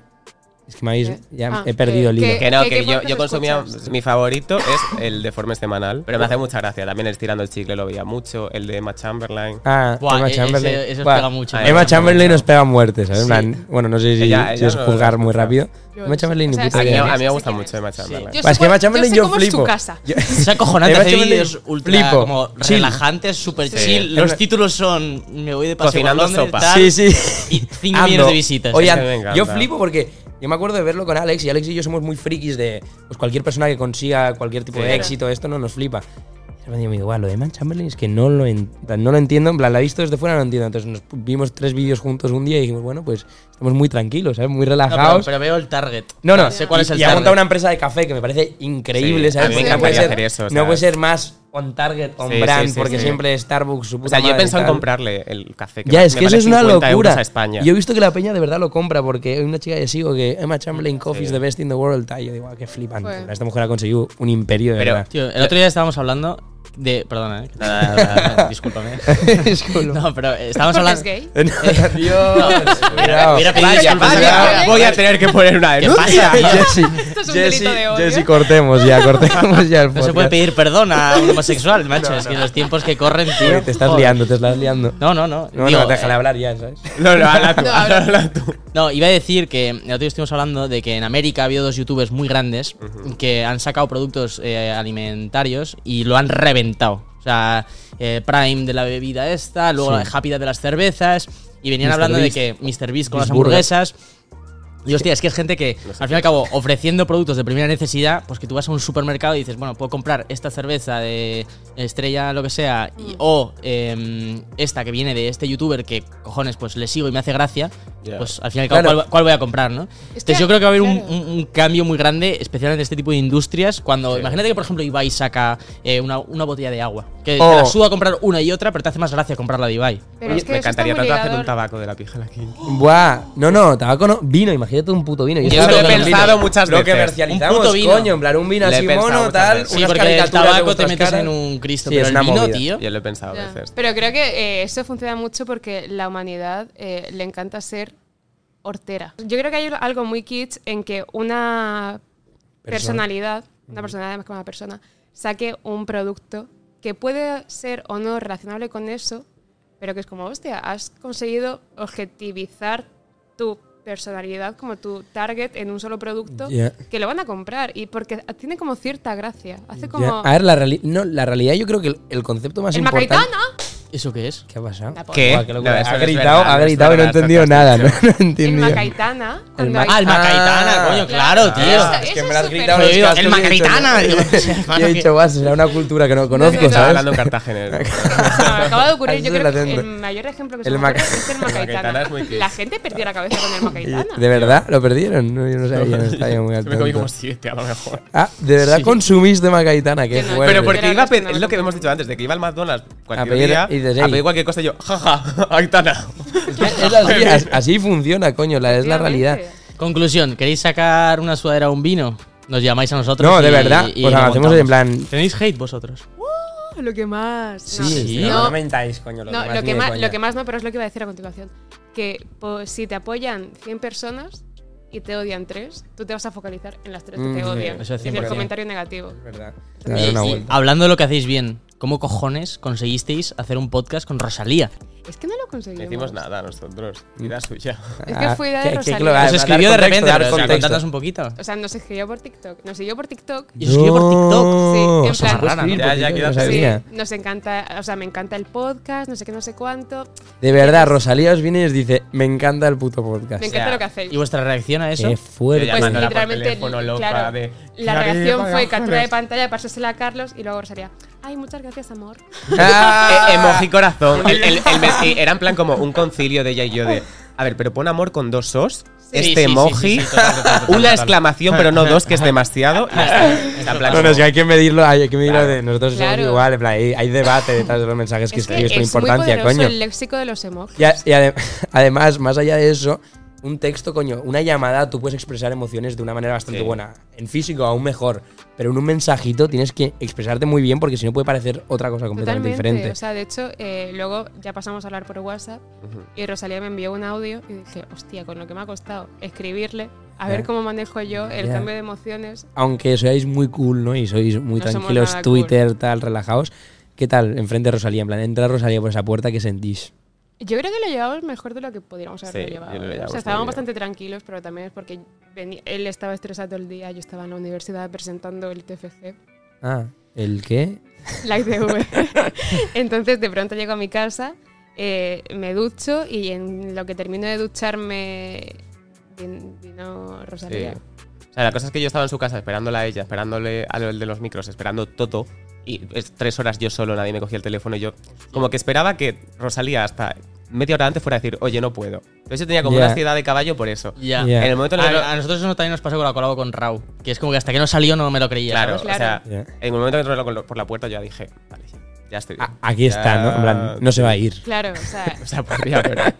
A: Es que me habéis...
C: ¿Qué?
A: Ya
C: Ah,
A: he perdido el
C: que-
A: hilo.
B: Que no,
C: ¿Qué-
B: que
C: qué
B: yo,
C: podcast
B: yo consumía.
C: escuchas?
B: Mi favorito es el de Forma Semanal. Pero me hace mucha gracia. También el Estirando el Chicle lo veía mucho. El de Emma Chamberlain.
A: Ah,
D: Buah,
A: Emma
D: e-
A: Chamberlain.
D: ese- ese os
A: Buah,
D: pega mucho.
A: Emma Chamberlain,
B: Chamberlain.
A: nos pega muerte, ¿sabes? En
D: Sí.
A: plan, bueno, no sé si,
B: Ella-
A: si
B: ella
A: es
B: no-
A: juzgar muy
B: o sea,
A: rápido.
C: Yo
A: Emma
C: no sé.
A: Chamberlain ni
C: O sea,
A: puta
B: A
C: sí,
B: mí,
A: idea.
B: a mí
C: Sí,
B: me
C: sí,
B: gusta
C: sí, sí.
B: mucho Emma Chamberlain.
C: Yo
A: Bah, es
C: sé
A: que Emma
C: cuál-
A: Chamberlain
C: sé
A: yo
C: cómo es tu
A: flipo.
C: casa.
A: Yo-
D: Es acojonante
A: Emma
D: hacer
A: Chamberlain,
D: vídeos ultra
A: flipo.
D: como
A: Chill.
D: relajantes, super
B: Sí.
D: chill.
A: Emma-
D: Los títulos son me voy de paseo
B: Cocinando
D: por Londres,
B: sopa.
D: tal,
A: Sí, sí.
D: Y 5
A: Ando.
D: millones de visitas.
A: Oye,
B: Es que me encanta.
A: yo flipo porque yo me acuerdo de verlo con Alex y Alex y yo somos muy frikis de pues, cualquier persona que consiga cualquier tipo
B: Sí.
A: de éxito, esto no nos flipa. Y de repente yo me digo, guau, lo de Man Chamberlain es que no lo, en- en plan, no lo entiendo, en plan, la he visto desde fuera, no lo entiendo. Entonces nos vimos tres vídeos juntos un día y dijimos, bueno, pues estamos muy tranquilos, ¿sabes? Muy
D: No, pero,
A: relajados.
D: pero veo el target.
A: No, no,
D: sé cuál es el
A: Y ha montado
D: target.
A: una empresa de café que me parece increíble,
B: Sí,
A: ¿sabes?
B: a mí
C: me
A: Porque
C: encantaría
A: no puede
B: hacer
A: ser-
B: eso,
A: No puede
B: ¿sabes?
A: ser más on target, on
B: Sí, sí,
A: brand,
B: sí,
A: porque
B: sí.
A: siempre Starbucks, su puta
B: O sea, yo he
A: madre y
B: pensado en
A: tal.
B: comprarle el café. Que
A: Ya,
B: me-
A: es
B: me
A: que eso
B: vale
A: es una
B: 50 euros
A: locura.
B: A España.
A: Yo he visto que la peña de verdad lo compra porque hay una chica que sigo que Emma Chamberlain Coffee is the best in the world. Tal. Yo digo, ah, qué flipan.
C: Joder.
A: Esta mujer ha conseguido un imperio de
B: Pero-
A: verdad.
D: Tío, el otro día estábamos hablando de. Perdona, eh. que- Discúlpame.
A: Disculpa.
D: No, pero estábamos
C: Porque
D: hablando.
C: es gay.
A: Dios, cuidado.
D: Mira, pedí
B: Vaya,
D: disculpas,
B: vaya,
D: ¿eh?
B: voy a tener que poner una
D: ¿Qué
B: denuncia.
D: pasa?
A: Jessy,
C: Esto es un
A: Jessy,
C: delito de odio.
A: Jessy, cortemos ya, cortemos ya el
D: No
A: podcast.
D: se puede pedir perdón a un homosexual, macho. Es que los tiempos que corren, tío.
A: Oye, te estás
D: joder.
A: liando, te estás liando.
D: No, no, no.
A: No,
D: Digo,
A: no, déjale
D: eh,
A: hablar ya, ¿sabes?
B: No, no, habla tú,
C: No, habla.
B: habla tú.
D: No, iba a decir que el otro día estuvimos hablando de que en América ha habido dos youtubers muy grandes que han sacado productos eh, alimentarios y lo han reventado. O sea, eh, Prime de la bebida esta, luego la Happy Dad de las cervezas. y venían
A: Mr.
D: hablando
A: Beast.
D: de que Mr. Beast con las
A: Beast Burger.
D: hamburguesas. Y hostia, es que es gente que, al fin y al cabo, ofreciendo productos de primera necesidad, pues que tú vas a un supermercado y dices, bueno, puedo comprar esta cerveza de estrella, lo que sea,
C: Mm.
D: y- o em, esta que viene de este youtuber que, cojones, pues le sigo y me hace gracia,
B: Ya.
D: pues al fin y al cabo,
A: Claro.
D: ¿cuál, cuál voy a comprar, no?
C: Es que-
D: Entonces yo creo que va a haber un-
C: claro.
D: un, un cambio muy grande, especialmente en este tipo de industrias, cuando,
B: Sí.
D: imagínate que, por ejemplo, Ibai saca eh, una, una botella de agua, que
A: Oh.
D: te la suda a comprar una y otra, pero te hace más gracia comprar la de Ibai.
C: Pero es que
B: me
C: eso está
B: encantaría
C: muy
B: tanto hacer un
C: ligado-
B: tabaco de la pija la King.
A: Buah, no, no, tabaco no, vino, imagínate un puto vino. Yo
D: Yo
A: eso
D: lo
A: es
D: he
A: que-
D: pensado
B: muchas
A: Lo
B: veces.
A: que comercializamos,
D: Un puto vino.
A: coño, en plan, un vino
B: Le he
A: así
B: pensado
A: mono,
B: muchas
A: tal,
B: veces.
D: Sí,
A: unas
D: porque el
A: caricaturas de
D: tabaco te
A: vuestras
D: metes
A: caras.
D: en un Cristo,
A: Sí,
D: pero
A: es
D: el
A: una
D: vino,
A: movida.
D: tío.
B: Yo lo he pensado a
C: Ya.
B: veces.
C: Pero creo que eh, eso funciona mucho porque la humanidad eh, le encanta ser hortera. Yo creo que hay algo muy kitsch en que una
A: Persona.
C: personalidad,
B: Mm.
C: una personalidad más que una persona, saque un producto que puede ser o no relacionable con eso, pero que es como, hostia, has conseguido objetivizar tu personalidad como tu target en un solo producto
A: Ya.
C: que lo van a comprar y porque tiene como cierta gracia. Hace como...
A: Ya,
B: Ah,
A: A ver, la, reali- no, la realidad yo creo que el, el concepto más
C: el
A: importante...
C: Macaitana.
D: ¿Eso qué es?
A: ¿Qué ha pasado?
C: La
B: ¿Qué?
A: Buah, locura.
B: No, eso
A: ha
B: no es
A: gritado,
B: verdad,
A: ha
B: no es
A: gritado y no he
B: verdad,
A: entendido
B: eso no es
A: nada. No,
B: dicho.
A: no he entendido.
C: El Macaitana. cuando
A: Mac-
C: hay-
D: Ah, el Macaitana,
A: Ah,
D: coño, claro,
A: Ah,
D: tío.
C: eso-
A: es que
C: eso
A: me lo has
C: es
A: gritado
D: súper-
A: en los
D: El
A: cascos y he dicho,
D: Macaitana, digo,
A: "No".
D: sí, hermano,
A: Yo he
D: que-
A: dicho, vas, será una cultura que no
C: no,
A: conozco,
C: no,
B: Estaba
A: ¿sabes?
B: hablando en cartagenero.
C: No, me acaba de ocurrir.
A: Así
C: Yo
A: se
C: creo
A: lo
C: que el
A: hacen.
C: mayor ejemplo que se
A: El
C: me ocurre
A: Mac-
C: es el
B: Macaitana
C: Macaitana.
B: es muy kitsch.
C: La gente perdió la cabeza con el Macaitana.
A: ¿De verdad? ¿Lo perdieron? No, yo no sabía, no estaba yo muy
B: Yo
A: al
B: me comí como
A: tanto.
B: siete a lo mejor.
A: Ah, ¿de verdad
D: Sí.
A: consumiste Macaitana? Qué
C: Que no,
A: fuerte.
B: Pero
C: Pero
B: porque
C: era
B: iba a pedir,
C: racional
B: es lo que
C: tampoco.
B: hemos dicho antes, de que iba al McDonald's cualquier
A: A pedir-
B: día,
A: y dices,
B: a
A: "Ey".
B: pedir cualquier cosa y yo, jaja, Aitana.
A: Es así, as- así funciona, coño, la, es la realidad.
D: Conclusión, ¿queréis sacar una sudadera o un vino? Nos llamáis a nosotros.
A: No, de
D: y-
A: verdad,
D: y
A: pues
D: lo
A: hacemos
D: montamos.
A: en plan...
D: ¿Tenéis hate vosotros?
C: Oh, Lo que más.
A: Sí,
C: No,
D: sí,
C: no,
A: mentáis, coño.
C: no, lo, que más, lo que más no, pero es lo que iba a decir a continuación. Que pues, si te apoyan 100 personas y te odian 3, tú te vas a focalizar en las 3 que te
A: Mm,
C: odian.
D: eso es
C: en el
D: 100%.
C: comentario negativo.
A: Te daré
D: Y-
A: una
D: y
A: vuelta.
D: hablando de lo que hacéis bien, ¿cómo cojones conseguisteis hacer un podcast con Rosalía?
C: Es que no lo
B: No
C: conseguimos.
B: hicimos nada nosotros, vida suya.
C: Es que fui a
A: Ah, que- que
C: Rosalía.
A: claro,
C: Ah,
D: Os
A: dar
D: escribió de
A: contexto,
D: repente,
A: dar
D: pero, o sea,
A: contexto.
D: contadnos un poquito.
C: O sea, nos escribió por TikTok. Nos siguió por TikTok.
D: Y os escribió por TikTok.
C: Sí, en
A: O sea,
C: plan-
A: puedes escribir
B: Ya,
A: por
B: ya
A: TikTok,
B: queda
A: no
B: Sí.
C: Sí,
A: sabía.
C: nos encanta, o sea, me encanta el podcast, no sé qué, no sé cuánto.
A: De verdad, Rosalía os viene y os dice, me encanta el puto podcast.
C: Me encanta
B: sea,
C: lo que hacéis. Pues
D: ¿Y vuestra reacción a eso?
A: Qué
B: Yo
A: fuerte.
B: ya- llamándola por
C: literalmente,
B: teléfono, loca,
C: claro,
B: de,
C: la
B: "Cari,
C: reacción
B: vaya
C: fue captura de
B: joder".
C: pantalla, pasársela a Carlos y luego Rosalía. Ay, muchas gracias, amor.
A: Ah.
B: Eh, emoji corazón. El- el- el mes- eh, era en plan como un concilio de ella y yo de. A ver, pero pon amor con dos sos.
D: Sí,
B: Este
D: sí, sí,
B: emoji.
D: sí, sí, total, total, total,
B: una
D: total.
B: exclamación, pero no dos, que es demasiado. Y ya está. Está en plan
A: No, no,
B: como-
A: es que hay que medirlo, hay que medirlo de nosotros somos
C: Claro.
A: igual, en plan, hay, hay debate detrás de los mensajes que escribes con
C: es muy
A: importancia,
C: poderoso
A: coño.
C: el léxico de los emojis.
A: Y, a- y adem- además, más allá de eso, un texto, coño, una llamada, tú puedes expresar emociones de una manera bastante
B: Sí.
A: buena. En físico, aún mejor. Pero en un mensajito tienes que expresarte muy bien porque si no puede parecer otra cosa completamente
C: Totalmente.
A: diferente.
C: O sea, de hecho, eh, luego ya pasamos a hablar por WhatsApp y Rosalía me envió un audio y dije, hostia, con lo que me ha costado escribirle, a
A: Ya.
C: ver cómo manejo yo el
A: Ya.
C: cambio de emociones.
A: Aunque seáis muy cool, ¿no? Y sois muy
C: No somos
A: tranquilos,
C: nada
A: Twitter, tal, relajados. ¿Qué tal? Enfrente de Rosalía, en plan, entra Rosalía por esa puerta que sentís.
C: Yo creo que lo llevamos mejor de lo que pudiéramos haberlo
B: Sí,
C: llevado.
B: yo lo
C: ¿eh?
B: llevaba
C: o sea, estábamos
B: bastante
C: bastante tranquilos, pero también es porque veni- él estaba estresado todo el día, yo estaba en la universidad presentando el TFG,
A: Ah, ¿el qué?
C: la ITV. Entonces, de pronto llego a mi casa, eh, me ducho y en lo que termino de ducharme vin- vino
B: Sí.
C: Rosalía.
B: O sea, la cosa es que yo estaba en su casa esperándola a ella, esperándole al de los micros, esperando todo. Y es tres horas yo solo, nadie me cogía el teléfono. Y yo, como que esperaba que Rosalía hasta media hora antes fuera a decir, oye, no puedo. Entonces yo tenía como
A: Ya.
B: una ansiedad de caballo por eso.
D: Ya.
A: Yeah.
B: En el momento en el que.
D: A, a nosotros eso no- también nos pasó con la colabo con Rau, que es como que hasta que no salió no me lo creía.
B: Claro,
D: ¿sabes?
B: o sea,
A: Claro.
B: en el momento que entró con lo- por la puerta yo ya dije, vale, ya estoy. bien.
A: A- Ah, aquí está, ¿no? En plan, no se va a ir.
C: Claro, o sea,
B: O sea, podría, pero.
C: y en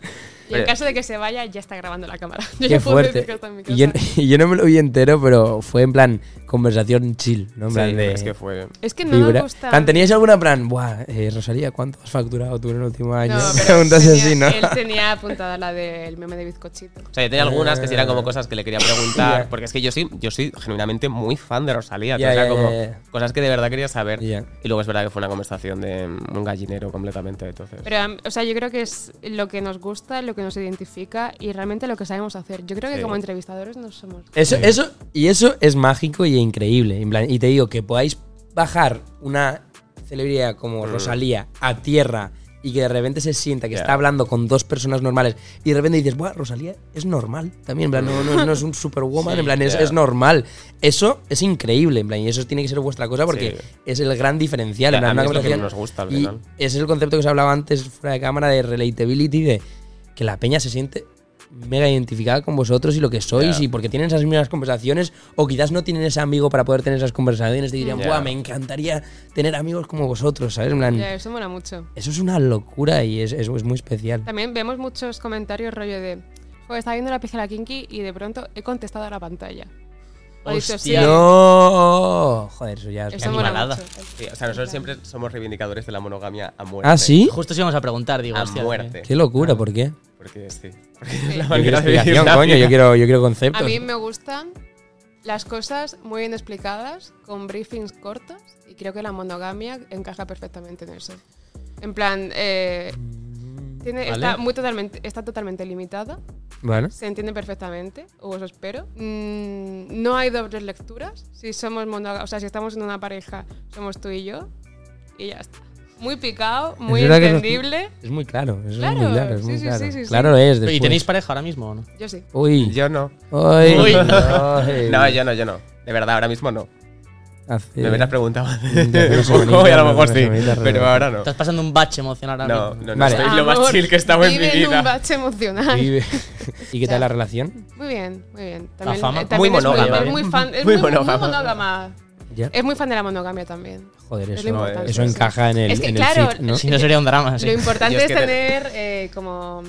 B: pero-
C: caso de que se vaya, ya está grabando la cámara.
A: Qué
C: Yo ya puedo decir
A: fuerte.
C: que está en mi
A: Y yo,
C: casa.
A: y yo no me lo vi entero, pero fue en plan conversación chill, ¿no? En
B: sí,
A: plan de
B: es que fue.
C: Es que no me
A: vibra.
C: gusta.
A: Plan, ¿Teníais alguna plan? Buah, eh, Rosalía, ¿cuánto has facturado tú en el último año?
C: No, pero
A: Preguntas
C: tenía-
A: así, ¿no?
C: Él tenía apuntada la del meme de bizcochito.
B: O sea, yo tenía algunas que sí eran como cosas que le quería preguntar.
A: Eh. Ya.
B: Porque es que yo soy, yo soy genuinamente muy fan de Rosalía. tío.
A: Ya,
B: o sea,
A: ya,
B: como
A: ya, ya.
B: cosas que de verdad quería saber.
A: Ya.
B: Y luego es verdad que fue una conversación de mm, un gallinero completamente. Entonces.
C: Pero, am- o sea, yo creo que es lo que nos gusta, lo que nos identifica y realmente lo que sabemos hacer. Yo creo que
B: Sí.
C: como entrevistadores no somos.
A: Eso, eso, y eso es mágico y increíble. En plan, y te digo, que podáis bajar una celebridad como Rosalía a tierra y que de repente se sienta que
B: Mm. Ya.
A: está hablando con dos personas normales y de repente dices, Buah, Rosalía es normal también, en plan, no, no- no es un superwoman, en plan, es,
B: ya.
A: es normal. Eso es increíble, en plan, y eso tiene que ser vuestra cosa porque
B: Sí.
A: es el gran diferencial.
B: Ya,
A: en plan,
B: a mí
A: una
B: es lo que
A: conversación-
B: nos gusta al
A: y
B: final.
A: ese es el concepto que os hablaba antes fuera de cámara de relatability, de que la peña se siente mega identificada con vosotros y lo que sois
B: Ya.
A: y porque tienen esas mismas conversaciones o quizás no tienen ese amigo para poder tener esas conversaciones te dirían,
B: Ya.
A: "Buah, me encantaría tener amigos como vosotros", ¿sabes? En plan,
C: Ya, eso mola mucho.
A: eso es una locura y es, es- es muy especial.
C: También vemos muchos comentarios rollo de, joder, estaba viendo la pijera kinky y de pronto he contestado a la pantalla. O he dicho, sí,
D: Hostia.
A: ¡No! Joder, eso ya es...
C: Eso
A: muy-
C: mola
D: animalada.
C: mucho.
B: Sí, o sea, nosotros siempre somos reivindicadores de la monogamia a muerte.
A: ¿Ah, sí?
D: Justo si íbamos a preguntar, digo,
B: A
D: hostia,
B: muerte.
A: ¡Qué locura! ¿Por qué?
B: Porque sí. Porque
C: Sí.
B: es
A: Yo
B: la
C: Yo
A: quiero
B: manera de vivir
A: explicación,
B: la
A: coño,
B: vida.
A: yo quiero, yo quiero conceptos.
C: A mí me gustan las cosas muy bien explicadas, con briefings cortos, y creo que la monogamia encaja perfectamente en eso. En plan, eh, tiene- está,
D: Vale.
C: muy totalmente, está totalmente limitada,
A: Bueno,
C: se entiende perfectamente, o eso espero. Mm, no hay dobles lecturas. Si somos monoga- o sea, si estamos en una pareja, somos tú y yo, y ya está. Muy picado, muy
A: verdad que eso-
C: entendible.
A: es muy claro, eso
C: Claro,
A: es muy claro, es
C: sí,
A: muy
C: sí,
A: claro.
C: sí, sí, sí.
A: Claro es,
D: ¿Y
A: después.
D: tenéis pareja ahora mismo o no?
C: Yo sí.
A: Uy.
B: Yo no.
A: Ay,
D: Uy.
A: ay.
B: No, yo no, yo no. De verdad, ahora mismo no.
A: Hace-
B: Me hubieras preguntado
A: hace
B: hace
A: una
B: poco y a
A: semanita,
B: lo mejor
A: una
B: sí.
A: semanita
B: Pero
A: alrededor.
B: ahora no.
D: Estás pasando un bache emocional ahora
B: No,
D: mismo.
B: no, no.
A: Vale.
B: Estoy lo más
C: Amor,
B: chill que he estado en mi
C: vive un
B: vida.
C: bache emocional.
A: Vive. ¿Y qué
C: O sea,
A: tal la relación?
C: Muy bien, muy bien.
D: fama.
B: Muy
C: es
B: monógama,
C: Es
B: ¿eh?
C: muy fan, es
B: Muy
C: muy, muy monógama.
B: monógama.
A: Ya.
C: Es muy fan de la monogamia también.
A: Joder,
C: es
A: eso,
C: lo importante,
A: eso
C: sí.
A: encaja en el,
C: Es que,
A: en el
C: claro,
A: fit, ¿no?
D: Si no sería un drama, sí.
C: Lo importante
B: Ah, Yo
C: es,
B: es que te-
C: tener eh, como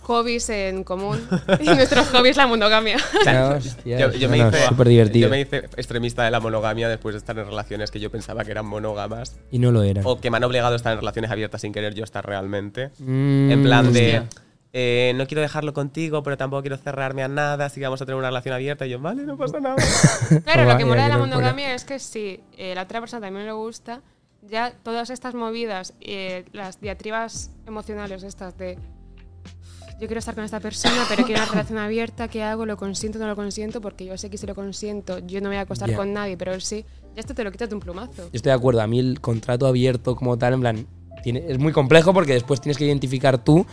C: hobbies en común. y nuestro hobby es la monogamia.
A: Hostia,
B: Yo, yo me
A: bueno,
B: hice,
A: súper divertido.
B: yo me hice extremista de la monogamia después de estar en relaciones que yo pensaba que eran monógamas
A: Y no lo era.
B: o que me han obligado a estar en relaciones abiertas sin querer yo estar realmente.
A: Mm,
B: En plan de,
A: hostia.
B: eh, no quiero dejarlo contigo, pero tampoco quiero cerrarme a nada, así que vamos a tener una relación abierta. Y yo, vale, no pasa nada.
C: Claro, lo
A: Vaya,
C: que mola de la
A: qué locura.
C: monogamia es que si eh, la otra persona también le gusta, ya todas estas movidas, eh, las diatribas emocionales estas de yo quiero estar con esta persona, pero quiero una relación abierta, ¿qué hago? ¿Lo consiento o no lo consiento? Porque yo sé que si lo consiento, yo no me voy a acostar
A: Ya.
C: con nadie, pero él sí. Ya esto te lo quitas de un plumazo.
A: Yo estoy de acuerdo, a mí el contrato abierto como tal, en plan, tiene- es muy complejo porque después tienes que identificar tú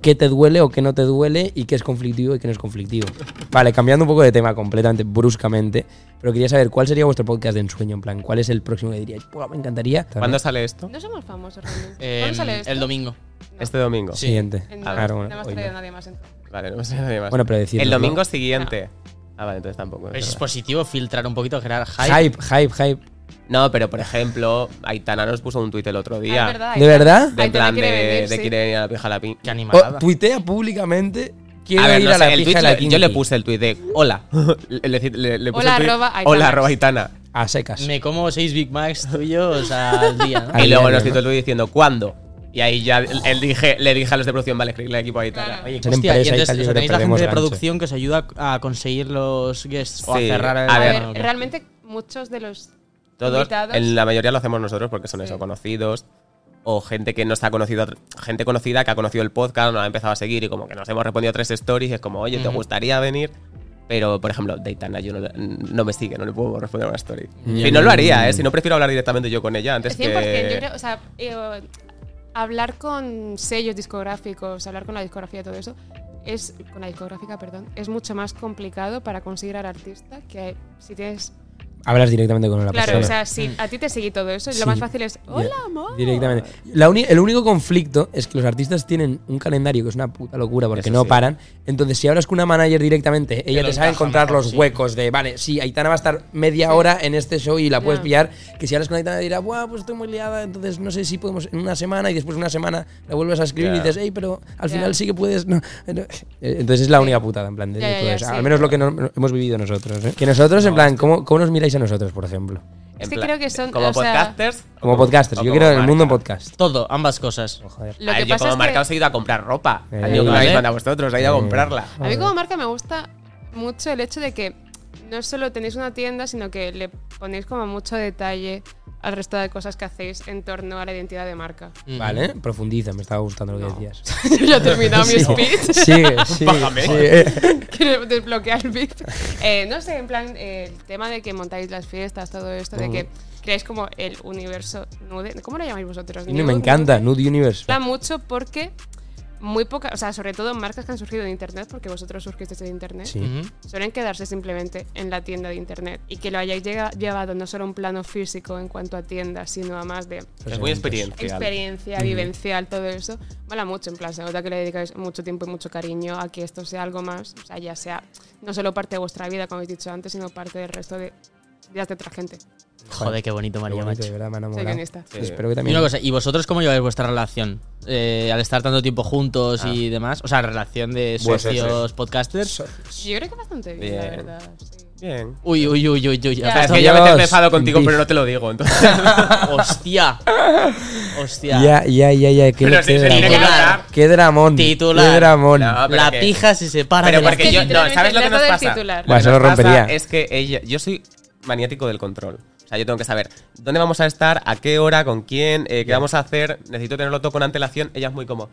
A: qué te duele o qué no te duele y qué es conflictivo y qué no es conflictivo. Vale, cambiando un poco de tema completamente, bruscamente, pero quería saber cuál sería vuestro podcast de ensueño, en plan, cuál es el próximo que diríais, "Buah, me encantaría.
B: ¿Cuándo sale esto?
C: No somos famosos realmente.
D: Eh,
C: ¿Cuándo sale esto?
D: el domingo.
C: No.
B: Este domingo.
A: Siguiente.
C: Eh, No,
A: Ah, claro,
C: no
A: bueno,
C: hemos
A: hoy no.
C: traído a nadie más entonces.
B: Vale, no sé nadie más.
A: Bueno, pero decirlo,
B: El
A: ¿no?
B: domingo siguiente. Ah, vale, entonces tampoco. es
D: Pero es
B: verdad.
D: positivo filtrar un poquito, generar hype.
A: Hype, hype, hype.
B: No, pero por ejemplo, Aitana nos puso un tuit el otro
C: Ah,
B: día.
C: es verdad,
A: ¿De
C: Aitana-
A: verdad?
B: De
C: Aitana
B: plan de,
C: quiere venir,
B: de
C: sí.
B: quiere ir a la pija a la pi-
D: Qué
A: O
D: animalada.
A: tuitea públicamente. Quiero
B: a ver,
A: ir
B: no
A: a
B: sé,
A: la pija
B: el tuit
A: de la
B: yo- yo le
A: kinky.
B: puse el tuit de hola. le, le- le- le puse
C: Hola,
B: el tuit,
C: arroba Aitana.
B: hola arroba Aitana.
A: A secas.
D: Me como seis Big Macs tuyos al día, ¿no?
A: Al
B: Y luego
A: diario,
B: nos citó
A: ¿no?
B: el tuit diciendo ¿cuándo? Y ahí ya él dije, le dije a los de producción, vale, escribirle al equipo a Aitana.
C: Claro.
B: Oye,
A: Ser
D: Hostia,
A: empresa
D: y
A: y
D: entonces
A: tal,
D: o
A: yo creo
D: sea,
A: que
D: tenéis la gente
A: perdemos
D: de
A: gancho.
D: producción que os ayuda a conseguir los guests o a
B: Sí,
D: cerrar el
B: a
C: A
B: ver,
C: ver,
D: ¿no?
C: realmente muchos de los
B: todos,
C: invitados
B: en la mayoría lo hacemos nosotros porque son
C: Sí.
B: eso, conocidos. O gente que nos ha conocido, gente conocida que ha conocido el podcast, nos ha empezado a seguir y como que nos hemos respondido tres stories. y es como, oye, ¿te
D: Ujú.
B: gustaría venir? Pero, por ejemplo, de Aitana yo no, le- no me sigue, no le puedo responder una story.
A: Ya.
B: Y no lo haría, ¿eh? Si no, prefiero hablar directamente yo con ella antes
C: 100%,
B: que.
C: yo creo, o sea, eh, hablar con sellos discográficos, hablar con la discografía y todo eso, es, con la discográfica, perdón, es mucho más complicado para conseguir al artista que si tienes...
A: Hablas directamente con la
C: claro,
A: persona.
C: o sea, si a ti te sigue todo eso,
A: Sí.
C: lo más fácil es, hola,
A: Ya,
C: amor.
A: Directamente. La uni- el único conflicto es que los artistas tienen un calendario que es una puta locura porque
B: Eso
A: no
B: sí.
A: paran. Entonces, si hablas con una manager directamente, ella
D: lo
A: te sabe
D: encaja
A: encontrar
D: mejor,
A: los
D: sí.
A: huecos de, vale, sí, Aitana va a estar media hora en este show y la
C: Ya.
A: puedes pillar. Que si hablas con Aitana dirá, Buah, pues estoy muy liada, entonces no sé si podemos en una semana y después de una semana la vuelves a escribir
B: Ya.
A: y dices, hey, pero al
C: Ya.
A: final sí que puedes. no, no". Entonces es la única putada, en plan, de
C: Ya, ya,
A: todo
C: ya,
A: eso.
C: sí.
A: Al menos lo que no- hemos vivido nosotros. ¿eh? Que nosotros, en plan, ¿cómo, ¿cómo nos miráis a nosotros, por ejemplo?
B: En
C: Es que
B: plan-
C: creo que son,
B: Como
C: o sea,
B: podcasters. o
A: Como podcasters,
B: o
A: yo
B: como
A: quiero el
B: marca.
A: mundo podcast.
D: Todo, ambas cosas.
A: Joder.
C: lo
B: a
C: que
B: ver, yo
C: pasa
B: como
C: es
B: marca os
C: que
B: he ido a comprar ropa.
A: Eh, Pues
B: a mí no me
D: vale.
B: habéis mandado a vosotros, he ido a comprarla.
C: a mí como marca me gusta mucho el hecho de que no solo tenéis una tienda, sino que le ponéis como mucho detalle al resto de cosas que hacéis en torno a la identidad de marca.
A: Vale, profundiza, me estaba gustando lo que decías.
C: Yo ya he terminado mi
A: Sí,
C: speech.
A: Sigue, sigue,
B: Bájame.
A: sigue.
C: Quiero desbloquear el VIP. Eh, no sé, en plan, eh, el tema de que montáis las fiestas, todo esto, de que creáis como el universo nude. ¿Cómo lo llamáis vosotros?
A: No,
C: ¿Nude?
A: me encanta, Nude Universe.
C: Habla mucho porque muy pocas, o sea, sobre todo marcas que han surgido de internet, porque vosotros surgisteis de internet,
A: Sí.
D: Ujú.
C: suelen quedarse simplemente en la tienda de internet y que lo hayáis llega- llevado no solo a un plano físico en cuanto a tienda, sino a más de
B: Es
A: eventos.
B: muy experiencial.
C: experiencia vivencial, todo eso, mola mucho. En plan, se nota que le dedicáis mucho tiempo y mucho cariño a que esto sea algo más, o sea, ya sea no solo parte de vuestra vida, como habéis dicho antes, sino parte del resto de vidas de otra gente.
D: Joder, qué bonito,
A: Qué
D: María,
A: bonito,
D: macho.
A: de verdad, me ha
C: Soy
A: enamorado.
C: guionista.
B: Sí.
A: Espero que
D: Y
A: también.
D: una cosa, ¿y vosotros cómo lleváis vuestra relación? Eh, al estar tanto tiempo juntos
A: Ah.
D: y demás. O sea, relación de
B: Pues
D: socios podcasters.
C: Yo creo que bastante bien, la
B: Bien.
C: verdad. sí.
B: Bien.
D: Uy, uy, uy, uy, uy.
B: O sea,
D: ya
B: es
D: está.
B: que yo a veces me
A: Dios,
B: enfado contigo,
A: beef.
B: pero no te lo digo. Entonces,
D: Hostia. Hostia.
A: Ya, ya, ya, ya. Qué,
B: Pero sí,
A: qué
B: se tiene
A: dramón.
B: que notar.
A: Qué dramón.
D: Titular.
A: Qué dramón.
B: No, pero
D: La
B: que-
D: pija si se para.
B: Pero
D: de la
B: porque
C: Es que
B: yo. No,
C: literalmente
B: ¿sabes lo que
C: el
B: nos
C: dato del
B: pasa?
C: titular.
B: Lo
A: Bueno,
B: que
A: se lo
B: nos pasa
A: rompería.
B: Es que ella. Yo soy maniático del control. O sea, yo tengo que saber dónde vamos a estar, a qué hora, con quién, eh, qué vamos a hacer. Necesito tenerlo todo con antelación. Ella es muy como.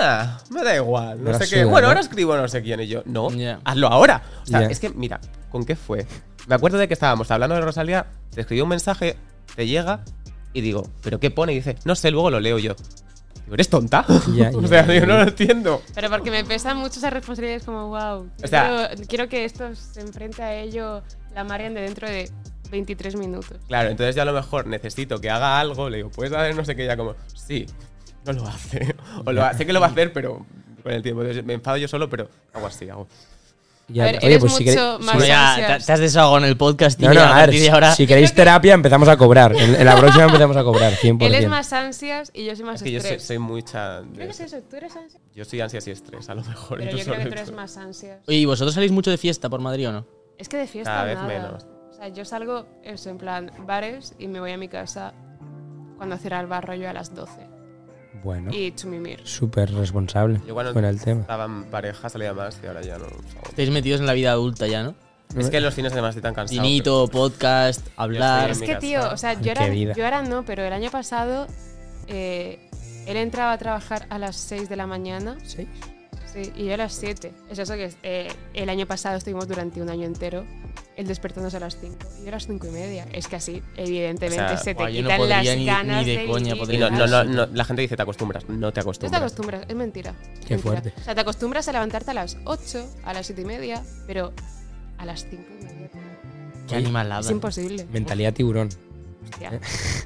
B: Ah, me da igual. No
A: Me la
B: sé qué.
A: suda,
B: Bueno,
A: ¿no?
B: ahora escribo no sé quién. Y yo, no,
D: Ya.
B: hazlo ahora. O sea,
A: Ya.
B: es que, mira, ¿con qué fue? Me acuerdo de que estábamos hablando de Rosalía, te escribí un mensaje, te llega y digo, ¿pero qué pone? Y dice, no sé, luego lo leo yo. Digo, ¿Eres tonta?
A: Ya,
B: o
A: ya,
B: sea,
A: ya,
B: yo
A: ya.
B: no lo entiendo.
C: Pero porque me pesan mucho esas responsabilidades, como wow.
B: O sea-
C: quiero, quiero que esto se enfrente a ello la Marian de dentro de 23 minutos.
B: Claro, entonces ya a lo mejor necesito que haga algo, le digo, puedes hacer no sé qué, ya como, sí, no lo hace. O lo hace que lo va a hacer, pero con el tiempo. Entonces, me enfado yo solo, pero hago así, hago.
A: Ya,
C: A ver,
A: oye,
C: eres
A: pues si
C: mucho
A: queréis-
C: más-
D: Bueno, ya,
C: ansias.
D: te, te has desahogado en el podcast y
A: No, no,
D: ya, a
A: a
D: partir
A: ver,
D: de ahora.
A: si queréis terapia empezamos a cobrar. En, en la próxima empezamos a cobrar, 100%.
C: Él es más ansias y yo soy más
B: Es que yo
C: estrés.
B: soy, soy mucha. de
C: Creo que es
B: eso.
C: eso, tú eres ansias.
B: Yo soy ansias y estrés, a lo mejor.
C: Pero yo
B: incluso
C: creo que
B: de
C: tú eres
B: eso.
C: más ansias.
D: Oye, ¿y vosotros salís mucho de fiesta por Madrid o no?
C: Es que de fiesta
B: Cada vez
C: nada.
B: menos.
C: O sea, yo salgo eso, en plan bares y me voy a mi casa cuando cierra el bar rollo a las 12.
A: Bueno,
C: Y chumimir.
A: súper responsable
B: Yo cuando Ah,
A: con el tema.
B: estaba en pareja salía más y ahora ya no. o sea,
D: Estáis metidos en la vida adulta ya, ¿no?
B: es que los fines además estoy tan cansado.
D: Dinito, podcast, hablar.
C: Es
B: mi
C: que,
B: casa.
C: tío, o sea,
A: Qué
C: yo ahora,
A: vida.
C: yo ahora no, pero el año pasado eh, él entraba a trabajar a las 6 de la mañana
A: ¿Seis?
C: sí, y yo a las 7. Es eso que eh, el año pasado estuvimos durante un año entero él despertándose a las 5 y yo a las 5 y media. Es que así, evidentemente,
B: O sea,
C: se te
D: guau, yo no
C: quitan las
D: podría ni- ni
C: ganas
D: de
C: de
D: coña
C: vivir,
B: Y
D: podría.
B: no- no-
C: ¿sabes?
B: no- no, la gente dice, te acostumbras. No te
C: No te
B: acostumbras.
C: acostumbras, es mentira.
A: Qué
C: Mentira.
A: fuerte.
C: O sea, te acostumbras a levantarte a las 8, a las 7 y media, pero a las 5 y media.
D: Qué animalada.
C: Es imposible.
A: Mentalidad tiburón.
C: Hostia.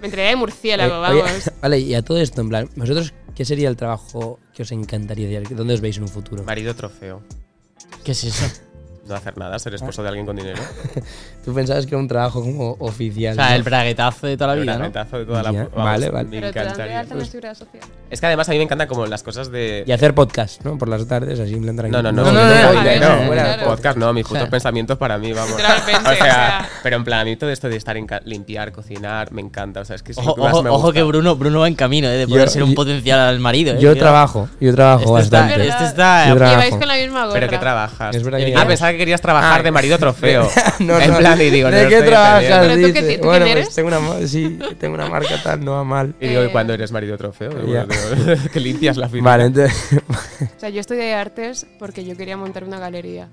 C: Me entraría de murciélago,
A: Oye,
C: vamos.
A: Eh, oye, vale, y a todo esto, en plan, ¿vosotros qué sería el trabajo que os encantaría hacer? ¿Dónde os veis en un futuro?
B: Marido trofeo.
D: ¿Qué es eso?
B: No hacer nada, ser esposo de alguien con dinero.
A: Tú pensabas que era un trabajo como oficial.
D: O sea,
A: ¿no?
D: el braguetazo de toda la
B: Pero
D: vida,
B: un
D: ¿no?
B: retazo de toda la-
A: Ya,
B: vamos,
A: vale, vale. Pues
B: Me
C: Pero te dan de
B: encantaría.
C: alta en la seguridad social.
B: Es que además a mí me encantan como las cosas de.
A: Y hacer podcast, ¿no? Por las tardes, así en plan tranquilo.
B: No, no, no,
D: No, no, no,
A: podcast,
D: no, no,
A: fuera.
C: claro.
B: Podcast, no, mis putos
D: Claro.
B: pensamientos para mí, vamos.
C: Literalmente,
B: o
C: o sea.
B: sea, pero en plan, a mí todo esto de estar en ca- limpiar, cocinar, me encanta. O sea, es que sin
D: Ojo,
B: dudas
D: ojo,
B: me
D: ojo
B: gusta.
D: que Bruno, Bruno va en camino, ¿eh? De poder
A: Yo-
D: ser un
A: yo-
D: potencial al marido, ¿eh?
A: Yo
D: Cuidado.
A: trabajo, yo trabajo
D: Este está,
A: bastante.
D: este
A: Yo
D: está
A: trabajo.
C: Lleváis con la misma gorra.
B: Pero que trabajas.
A: Es verdad que-
B: ah, pensaba que querías trabajar
A: Ah.
B: de marido trofeo.
A: No,
B: en
A: no,
B: plan, y digo, no
A: ¿De
B: lo
A: qué
B: estoy
A: trabajas?
B: entendiendo.
C: ¿Pero tú
A: Dice,
C: qué- tú quién
A: bueno,
C: eres?
A: pues tengo una, ma- sí, tengo una marca tal, no va mal.
B: Y digo, ¿y
C: Eh.
B: cuándo eres marido trofeo? Y
A: Ya.
B: bueno, digo, que limpias la oficina.
A: Vale, entonces.
C: O sea, yo estudié artes porque yo quería montar una galería.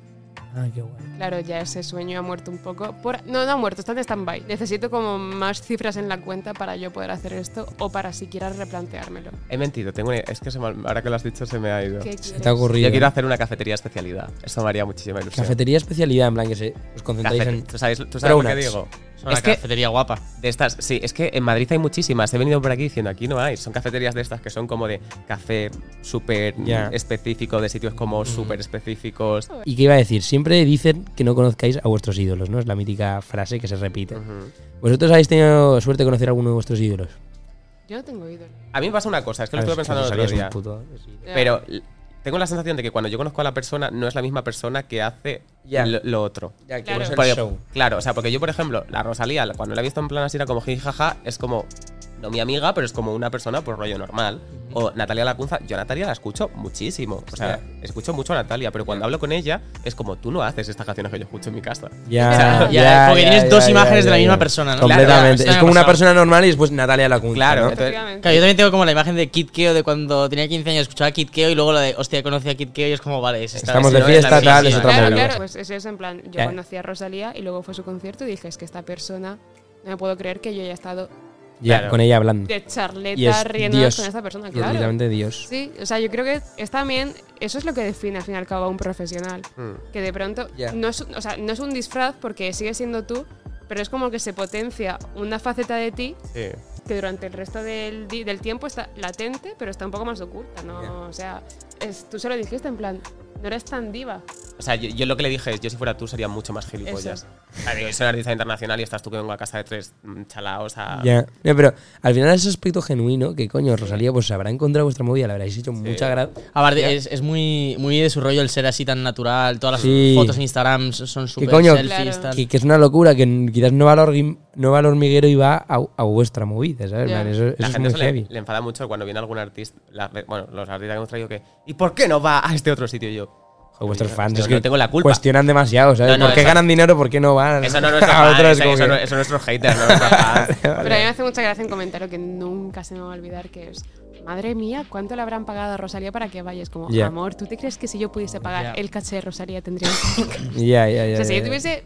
A: ah, qué guay.
C: Claro, ya ese sueño ha muerto un poco. Por- no, no ha muerto, está en stand-by. Necesito como más cifras en la cuenta para yo poder hacer esto o para siquiera replanteármelo.
B: He mentido, tengo una- es que se me- ahora que lo has dicho se me ha ido.
C: ¿Qué
A: Se te ha
C: quieres?
A: ocurrido.
B: Yo quiero hacer una cafetería especialidad. Eso me haría muchísima ilusión.
A: Cafetería especialidad, en plan que se os concentráis
B: Cafe-
A: en.
B: ¿Tú sabes, tú sabes lo que
A: Donuts.
B: digo?
D: Es una
B: Es que
D: cafetería guapa.
B: De estas, sí, es que en Madrid hay muchísimas. He venido por aquí diciendo, aquí no hay. Son cafeterías de estas que son como de café súper
A: Ya.
B: específico, de sitios como súper específicos.
A: ¿Y qué iba a decir? Siempre dicen que no conozcáis a vuestros ídolos, ¿no? Es la mítica frase que se repite.
B: Ujú.
A: ¿Vosotros habéis tenido suerte de conocer a alguno de vuestros ídolos?
C: Yo no tengo ídolo.
B: A mí me pasa una cosa, es que lo
A: Ah,
B: estuve
A: es
B: pensando el
A: José Sabía
B: otro
A: es un
B: día.
A: puto ídolo.
C: Ya.
B: Pero l- tengo la sensación de que cuando yo conozco a la persona, no es la misma persona que hace
A: Ya.
B: lo, lo otro.
A: Ya,
C: Claro.
A: vos el
B: Porque-
A: show.
B: Claro, o sea, porque yo, por ejemplo, la Rosalía, la- cuando la he visto en plan así, era como jiji jaja, es como, no mi amiga, pero es como una persona por rollo normal. O Natalia Lacunza, yo a Natalia la escucho muchísimo. O sea, escucho mucho a Natalia, pero cuando hablo con ella es como tú no haces estas canciones que yo escucho en mi casa.
A: Ya,
D: Ya, porque tienes dos imágenes de la misma persona, ¿no? Claro,
A: Completamente.
D: claro,
A: es como una
D: claro.
A: persona normal y después Natalia Lacunza.
B: Claro,
A: ¿no?
B: entonces-
D: Claro, yo también tengo como la imagen de Kid Keo de cuando tenía 15 años, escuchaba Kid Keo y luego la de, hostia, conocí a Kid Keo y es como, vale, es esta-
A: Estamos
D: si
A: de
D: no es la
A: fiesta,
D: misma,
A: tal,
D: sí,
A: es
D: vale.
A: otra
C: Claro,
A: movida.
C: claro. Pues eso es en plan, yo
A: Ya.
C: conocí a Rosalía y luego fue su concierto y dije, es que esta persona, no me puedo creer que yo haya estado
A: Ya,
B: Claro.
A: con ella hablando.
C: de
A: Y
C: charleta
A: es
C: riendo
A: Dios.
C: con esta persona,
A: Y es
C: claro.
A: literalmente Dios.
C: Sí, o sea, yo creo que es también, eso es lo que define al fin y al cabo a un profesional.
B: Mm,
C: Que de pronto
A: Ya.
C: no, es, o sea, no es un disfraz porque sigue siendo tú, pero es como que se potencia una faceta de ti
B: Sí.
C: que durante el resto del, di- del tiempo está latente, pero está un poco más oculta, ¿no?
A: Ya.
C: O sea, es- tú se lo dijiste en plan, no eres tan diva.
B: O sea, yo, yo lo que le dije es, yo si fuera tú sería mucho más gilipollas.
C: Eso.
B: Claro, digo, yo soy un artista internacional y estás tú que vengo a casa de tres mm, chalaos a...
A: Ya. No, pero al final ese aspecto genuino, que coño, Rosalía, pues habrá encontrado vuestra movida, la habréis hecho mucha gracia.
D: Aparte, es, es muy, muy de su rollo el ser así tan natural. Todas las
A: Sí.
D: fotos en Instagram son súper
A: coño?
D: selfies.
C: Claro.
D: tal.
A: Que, que es una locura, que n- quizás no va al, horgui- no va al hormiguero y va a, a vuestra movida, ¿sabes?
C: Ya.
A: Man, eso eso
B: La
A: es
B: gente
A: muy
B: se le,
A: heavy.
B: le enfada mucho cuando viene algún artista, la- bueno, los artistas que hemos traído que, ¿y por qué no va a este otro sitio Y yo?
A: O vuestros
B: yo
A: fans.
B: no
A: es que
B: tengo la culpa.
A: Cuestionan demasiado, ¿sabes?
B: No, no,
A: ¿Por qué
B: eso-
A: ganan dinero? ¿Por qué no van?
B: Eso no es nuestro
A: a
B: fan,
A: otro es
B: eso-
A: como
B: eso no-
A: que-
B: eso no es nuestro hater, no es nuestro fan.
C: Pero a mí me hace mucha gracia un comentario que nunca se me va a olvidar, que es, madre mía, ¿cuánto le habrán pagado a Rosalía para que vayas? Como,
A: Ya.
C: amor, ¿tú te crees que si yo pudiese pagar
D: Ya.
C: el caché de Rosalía tendría... un-?"
A: Ya, ya, ya.
C: o sea, si
A: ya, ya.
C: yo tuviese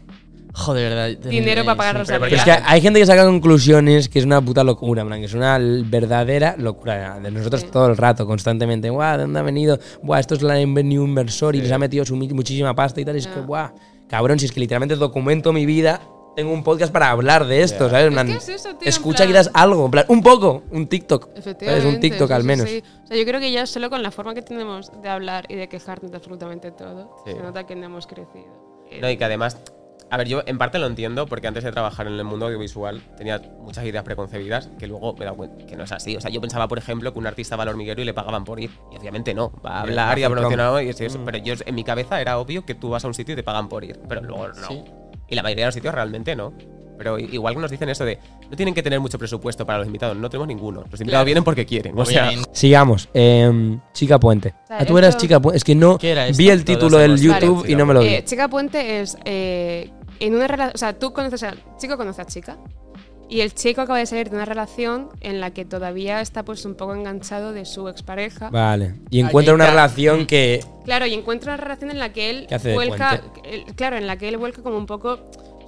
D: Joder, verdad.
C: dinero para pagar a
D: siempre-
B: pero
C: Rosalía...
A: Pero es que hay gente que saca conclusiones que es una puta locura, en plan, que es una l- verdadera locura de nosotros
C: Sí.
A: todo el rato, constantemente. Guau, ¿de dónde ha venido? Guau, esto es la venido inversor y les ha metido su mi- muchísima pasta y tal. Es que,
C: Ya.
A: guau, cabrón, si es que literalmente documento mi vida, tengo un podcast para hablar de esto, ¿sabes? En plan,
C: que es eso, tío, en
A: escucha
C: plan-
A: quizás algo, en plan, un poco, un TikTok. Es
C: Efectivamente.
A: un TikTok
C: sí,
A: al
C: sí,
A: menos.
C: sí. O sea, yo creo que ya solo con la forma que tenemos de hablar y de quejarnos de absolutamente todo,
B: Sí.
C: se nota que no hemos crecido. Eh,
B: No, y que además, a ver, yo en parte lo entiendo porque antes de trabajar en el mundo audiovisual tenía muchas ideas preconcebidas que luego me he dado cuenta que no es así. O sea, yo pensaba, por ejemplo, que un artista va al hormiguero y le pagaban por ir. Y obviamente no, va a hablar y a
A: hacer promo.
B: promocionar. y eso-
A: Mm.
B: Pero yo en mi cabeza era obvio que tú vas a un sitio y te pagan por ir, pero luego no.
D: Sí.
B: Y la mayoría de los sitios realmente no. Pero i- igual que nos dicen eso de no tienen que tener mucho presupuesto para los invitados, no tenemos ninguno. Los invitados vienen porque quieren. O sea,
D: Obviamente.
A: Sigamos, em, Chica Puente.
C: sea,
A: Ah, tú eras
C: esto-
A: Chica Puente, es que no
D: ¿Qué era esto?
A: vi el
B: Todos
A: título del
B: hemos-
C: Vale.
A: YouTube y no me lo vi.
C: eh, chica Puente es. eh, en una relación. O sea, tú conoces a. Chico conoce a chica. Y el chico acaba de salir de una relación en la que todavía está pues un poco enganchado de su expareja.
A: Vale. Y encuentra una
D: ya.
A: relación que
C: Claro, y encuentra una relación en la que él
A: ¿Qué hace de
C: vuelca. el- claro, en la que él vuelca como un poco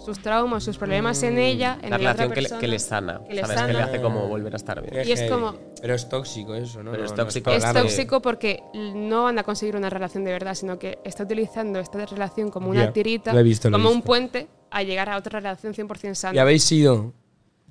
C: sus traumas, sus problemas en ella, en
B: la
C: la otra
B: relación que le, que
C: persona.
B: le sana,
C: que le
B: ¿sabes? Que le
C: sana.
B: hace como volver a estar
A: Eh,
B: bien.
C: Y es como-
A: Pero es tóxico eso, ¿no?
B: Pero
A: No,
B: es
A: no
B: tóxico
A: para
C: Es
A: hablar de-
C: tóxico porque no van a conseguir una relación de verdad, sino que está utilizando esta relación como una
A: Ya,
C: tirita,
A: lo he visto, lo he
C: como un
A: visto.
C: puente a llegar a otra relación 100%
A: Y
C: sana.
A: habéis sido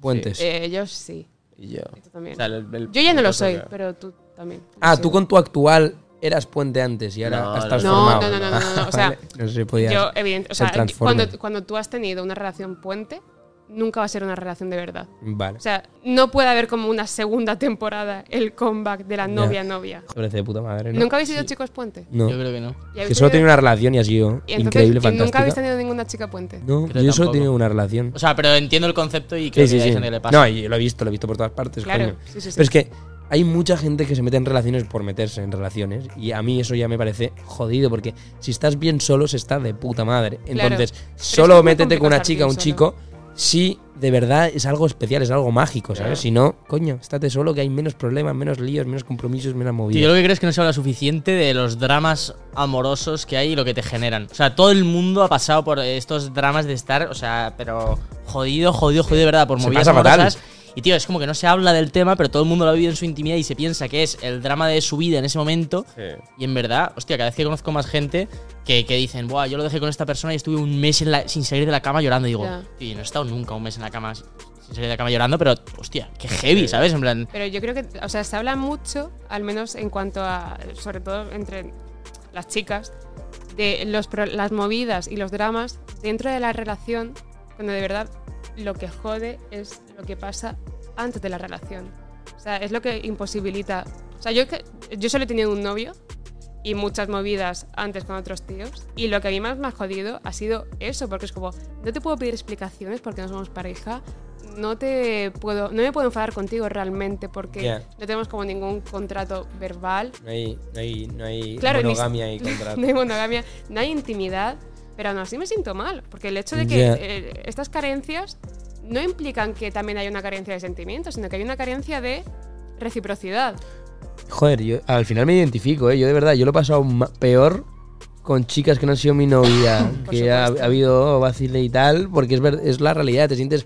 A: puentes.
C: Eh, yo sí,
B: Y yo.
C: y tú también.
B: O sea, el- el-
C: yo ya no
B: el-
C: lo soy,
B: que-
C: pero tú también.
A: ah,
C: Sí.
A: tú con tu actual eras puente antes y ahora
B: No,
A: has
B: no,
A: transformado.
C: no, no, no, no, no, no, o sea,
A: Vale, no se podía.
C: Yo, evidente, o
A: ser
C: sea,
A: transformer.
C: cuando, cuando tú has tenido una relación puente, nunca va a ser una relación de verdad.
A: Vale.
C: O sea, no puede haber como una segunda temporada el comeback de la
A: Ya.
C: novia-novia.
A: Me parece de puta madre, ¿no?
C: Nunca habéis sido chicos puente.
A: No.
D: Yo creo que no.
C: Y habéis
A: Que solo he
C: tenido-
A: tenido una relación y ha sido
C: y entonces,
A: increíble,
C: y Nunca habéis
A: fantástica.
C: tenido ninguna chica puente.
A: No,
D: Creo
A: yo solo he
D: tampoco.
A: tenido una relación.
D: O sea, pero entiendo el concepto y creo
A: sí,
D: que hay
A: sí, sí.
D: gente que le pasa.
A: No, y lo he visto, lo he visto por todas partes.
C: Claro,
A: coño.
C: sí, sí, sí.
A: Pero es que hay mucha gente que se mete en relaciones por meterse en relaciones. Y a mí eso ya me parece jodido, porque si estás bien solo, se está de puta madre. Entonces,
C: es
A: solo
C: muy
A: métete con
C: complicado
A: una
C: estar
A: chica o un
C: bien
A: chico. Si de verdad es algo especial, es algo mágico, ¿sabes? Si no, coño, estate solo que hay menos problemas, menos líos, menos compromisos, menos
D: Tío, yo
A: movidas.
D: lo que creo es que no se habla suficiente de los dramas amorosos que hay y lo que te generan. O sea, todo el mundo ha pasado por estos dramas de estar, o sea, pero jodido, jodido, jodido de verdad, por
A: Se
D: movidas
A: pasa fatal.
D: amorosas. Y tío, es como que no se habla del tema, pero todo el mundo lo ha vivido en su intimidad y se piensa que es el drama de su vida en ese momento.
B: Sí.
D: Y en verdad, hostia, cada vez que conozco más gente que, que dicen, Buah, yo lo dejé con esta persona y estuve un mes en la- sin salir de la cama llorando. Y digo,
C: Ya.
D: tío, yo no he estado nunca un mes en la cama sin salir de la cama llorando, pero hostia, qué heavy, ¿sabes? En plan,
C: Pero yo creo que, o sea, se habla mucho, al menos en cuanto a, sobre todo entre las chicas, de los, pro- las movidas y los dramas dentro de la relación, cuando de verdad lo que jode es lo que pasa antes de la relación. O sea, es lo que imposibilita. O sea, yo, que- yo solo he tenido un novio y muchas movidas antes con otros tíos. Y lo que a mí más me ha jodido ha sido eso, porque es como, no te puedo pedir explicaciones porque no somos pareja, no te puedo, no me puedo enfadar contigo realmente porque
A: Ya.
C: no tenemos como ningún contrato verbal.
A: No hay, no hay, no hay
C: Claro, ni-
A: monogamia y contrato.
C: No hay monogamia, no hay intimidad, pero aún así me siento mal, porque el hecho de que
A: Ya.
C: eh, estas carencias no implican que también hay una carencia de sentimientos, sino que hay una carencia de reciprocidad.
A: Joder, yo al final me identifico, ¿eh? Yo de verdad, yo lo he pasado ma- peor con chicas que no han sido mi novia,
C: Por
A: que ha,
C: supuesto.
A: ha habido vacile y tal, porque es, ver- es la realidad, te sientes...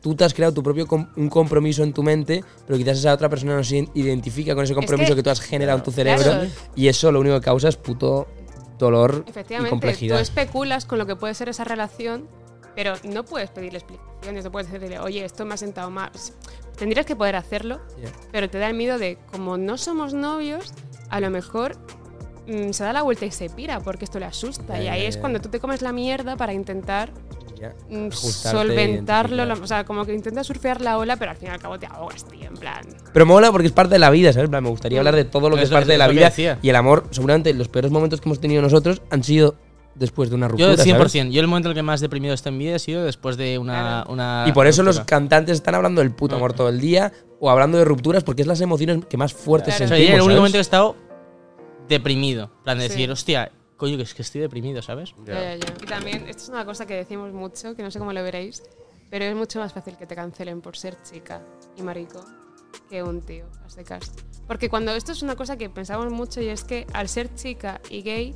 A: Tú te has creado tu propio com- un compromiso en tu mente, pero quizás esa otra persona no se ident- identifica con ese compromiso
C: que-
A: que, tú has generado en tu cerebro.
C: Claro.
A: Y eso lo único que causa es puto dolor y
C: Efectivamente, tú
A: complejidad.
C: especulas con lo que puede ser esa relación, pero no puedes pedirle explicaciones, no puedes decirle, oye, esto me ha sentado mal. Tendrías que poder hacerlo,
A: Yeah.
C: pero te da el miedo de, como no somos novios, a lo mejor mm, se da la vuelta y se pira porque esto le asusta.
A: Ya,
C: y
A: ya,
C: ahí es
A: ya.
C: cuando tú te comes la mierda para intentar
A: Ya.
C: mm,
A: Ajustarte,
C: solventarlo.
A: identificar.
C: lo- o sea, como que intentas surfear la ola, pero al fin y al cabo te ahogas, tío, en plan.
A: Pero mola porque es parte de la vida, ¿sabes? En plan, Me gustaría hablar de todo lo que es,
D: Eso-
A: parte
D: eso
A: de
D: es
A: la
D: lo que
A: vida.
D: decía.
A: Y el amor, seguramente los peores momentos que hemos tenido nosotros han sido después de una
D: Yo
A: ruptura.
D: 100%,
A: ¿sabes?
D: yo el momento en el que más deprimido estoy en mi vida ha sido después de una,
C: Claro.
D: una
A: Y por eso los
D: ruptura. Ah.
A: cantantes están hablando del puto amor todo el día o hablando de rupturas porque es las emociones que más fuertes
C: Claro.
D: O sea, yo
A: sentimos.
D: en el único
A: ¿sabes?
D: momento que he estado deprimido. En plan de
C: Sí.
D: decir, hostia, coño, que es que estoy deprimido, ¿sabes?
B: Ya.
C: Ya, ya, ya. Y también, esto es una cosa que decimos mucho, que no sé cómo lo veréis, pero es mucho más fácil que te cancelen por ser chica y marico que un tío, haz de caso. Porque cuando esto es una cosa que pensamos mucho y es que al ser chica y gay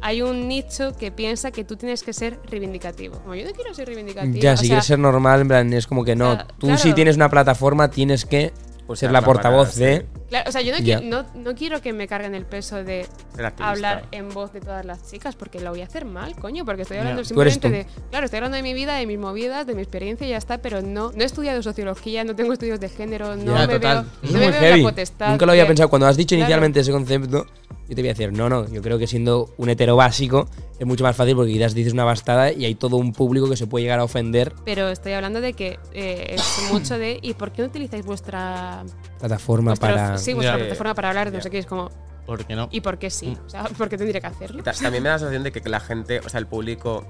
C: hay un nicho que piensa que tú tienes que ser reivindicativo. Como yo no quiero ser reivindicativo.
A: Ya, si quieres ser normal, en plan, es como que no.
C: o sea,
A: tú si
C: claro.
A: tienes una plataforma tienes que
B: Pues
A: ser
B: ser
A: la
B: la
A: portavoz
B: manada,
A: de...
B: sí.
C: Claro, o sea, yo no,
A: Ya.
C: qui- no- no quiero que me carguen el peso de
B: Ser activista.
C: hablar en voz de todas las chicas, porque lo voy a hacer mal, coño, porque estoy
D: Ya.
C: hablando
A: Tú eres
C: simplemente de... Claro, estoy hablando de mi vida, de mis movidas, de mi experiencia y ya está, pero no, no he estudiado sociología, no tengo estudios de género, no
A: Ya,
C: me
D: total.
C: veo,
A: Es
C: Pues no me
A: muy
C: veo
A: heavy.
C: la potestad.
A: Nunca lo había
C: de-
A: pensado. Cuando has dicho
C: Claro.
A: inicialmente ese concepto, yo te voy a decir, no, no, yo creo que siendo un hetero básico es mucho más fácil porque quizás dices una bastada y hay todo un público que se puede llegar a ofender.
C: Pero estoy hablando de que eh, es mucho de... ¿Y por qué no utilizáis vuestra,
A: Plataforma
C: vuestra-
A: para...
C: sí, vuestra
B: Ya.
C: plataforma para hablar de no
B: Ya. Mm.
C: sé qué? Es como,
D: ¿Por qué no?
C: ¿y por qué sí? O sea, ¿por qué tendría que hacerlo?
B: Y ta- También me da la sensación de que la gente, o sea, el público,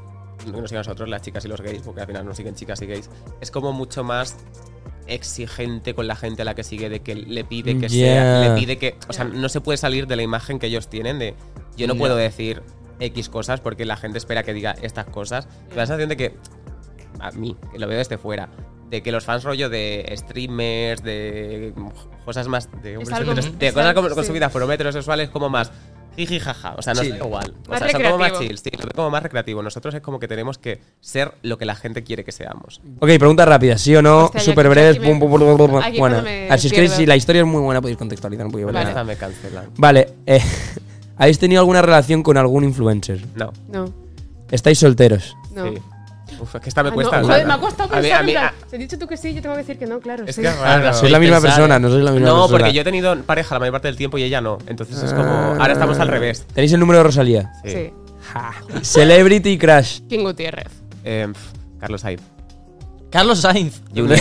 B: no nos sigue a nosotros, las chicas y los gays, porque al final nos siguen chicas y gays, es como mucho más exigente con la gente a la que sigue, de que le pide que
A: Yeah.
B: sea, le pide que, o sea,
C: Yeah.
B: no se puede salir de la imagen que ellos tienen de, yo no
D: Yeah.
B: puedo decir X cosas porque la gente espera que diga estas cosas. Me da la sensación de que, a mí, que lo veo desde fuera, de que los fans rollo de streamers, de mm, cosas más, de, hombres
C: algo-
B: heteros- de
C: es
B: cosas
C: algo-
B: como- consumidas
C: sí.
B: por heterosexuales como más... Jiji, jaja, o sea, no es
A: Chill.
B: igual. O
C: Más
B: sea, son como más
C: recreativo.
B: chill, sí, lo veo como más recreativo. Nosotros es como que tenemos que ser lo que la gente quiere que seamos.
A: Ok, pregunta rápida, sí o no,
C: Hostia, ya
A: súper
C: que-
A: breves.
C: aquí me-
A: pum, pum, pum, pum, pum, pum.
C: aquí
A: Bueno,
C: cuando me
A: así es que
C: pierdo.
A: si la historia es muy buena podéis contextualizar un poquito.
C: Vale.
B: Esta me cancelan.
A: Vale, eh, ¿habéis tenido alguna relación con algún influencer?
B: No.
C: No,
A: ¿Estáis solteros?
C: no.
B: Sí. Uf, es que esta me
C: Ah,
B: cuesta.
C: no,
B: nada.
C: joder, me ha costado
B: A mí-
C: pensar.
B: a mí-
C: en plan,
B: a-
C: si he dicho tú que sí, yo tengo que decir que no, claro.
B: es
C: sí.
B: que es raro.
A: Sois la misma
D: pensar,
A: persona,
D: eh.
A: no sois la misma
B: No,
A: persona. Ah.
B: porque yo he tenido pareja la mayor parte del tiempo y ella no. Entonces es como. Ahora estamos al revés.
A: ¿Tenéis el número de Rosalía?
B: Sí.
C: Sí.
A: Celebrity Crash.
C: King Gutiérrez.
B: Eh, pf, Carlos Saib.
D: Carlos Sainz.
B: Junior.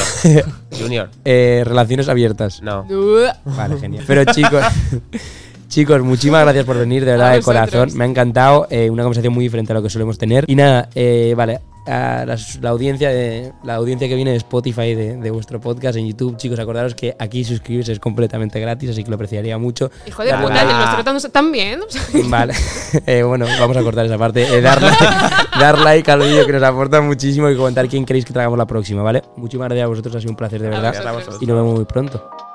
B: Junior.
A: Eh, relaciones abiertas.
B: No.
A: Vale, genial. Pero chicos, chicos, muchísimas gracias por venir, de verdad,
C: A
A: de corazón.
C: vosotros.
A: Me ha encantado. eh, una conversación muy diferente a lo que solemos tener. Y nada, eh, vale. a las- la, audiencia de, la audiencia que viene de Spotify, de, de vuestro podcast, en YouTube, chicos, acordaros que aquí suscribirse es completamente gratis, así que lo apreciaría mucho.
C: Hijo de
B: Nada.
C: puta, nos tratamos tan bien. o sea,
A: Vale, Eh, bueno, vamos a cortar esa parte. Eh, dar, like, dar like al vídeo que nos aporta muchísimo y comentar quién queréis que traigamos la próxima, ¿vale? Muchísimas gracias a vosotros, ha sido un placer de
C: A
A: verdad.
B: Gracias a vosotros.
A: Y nos vemos muy pronto.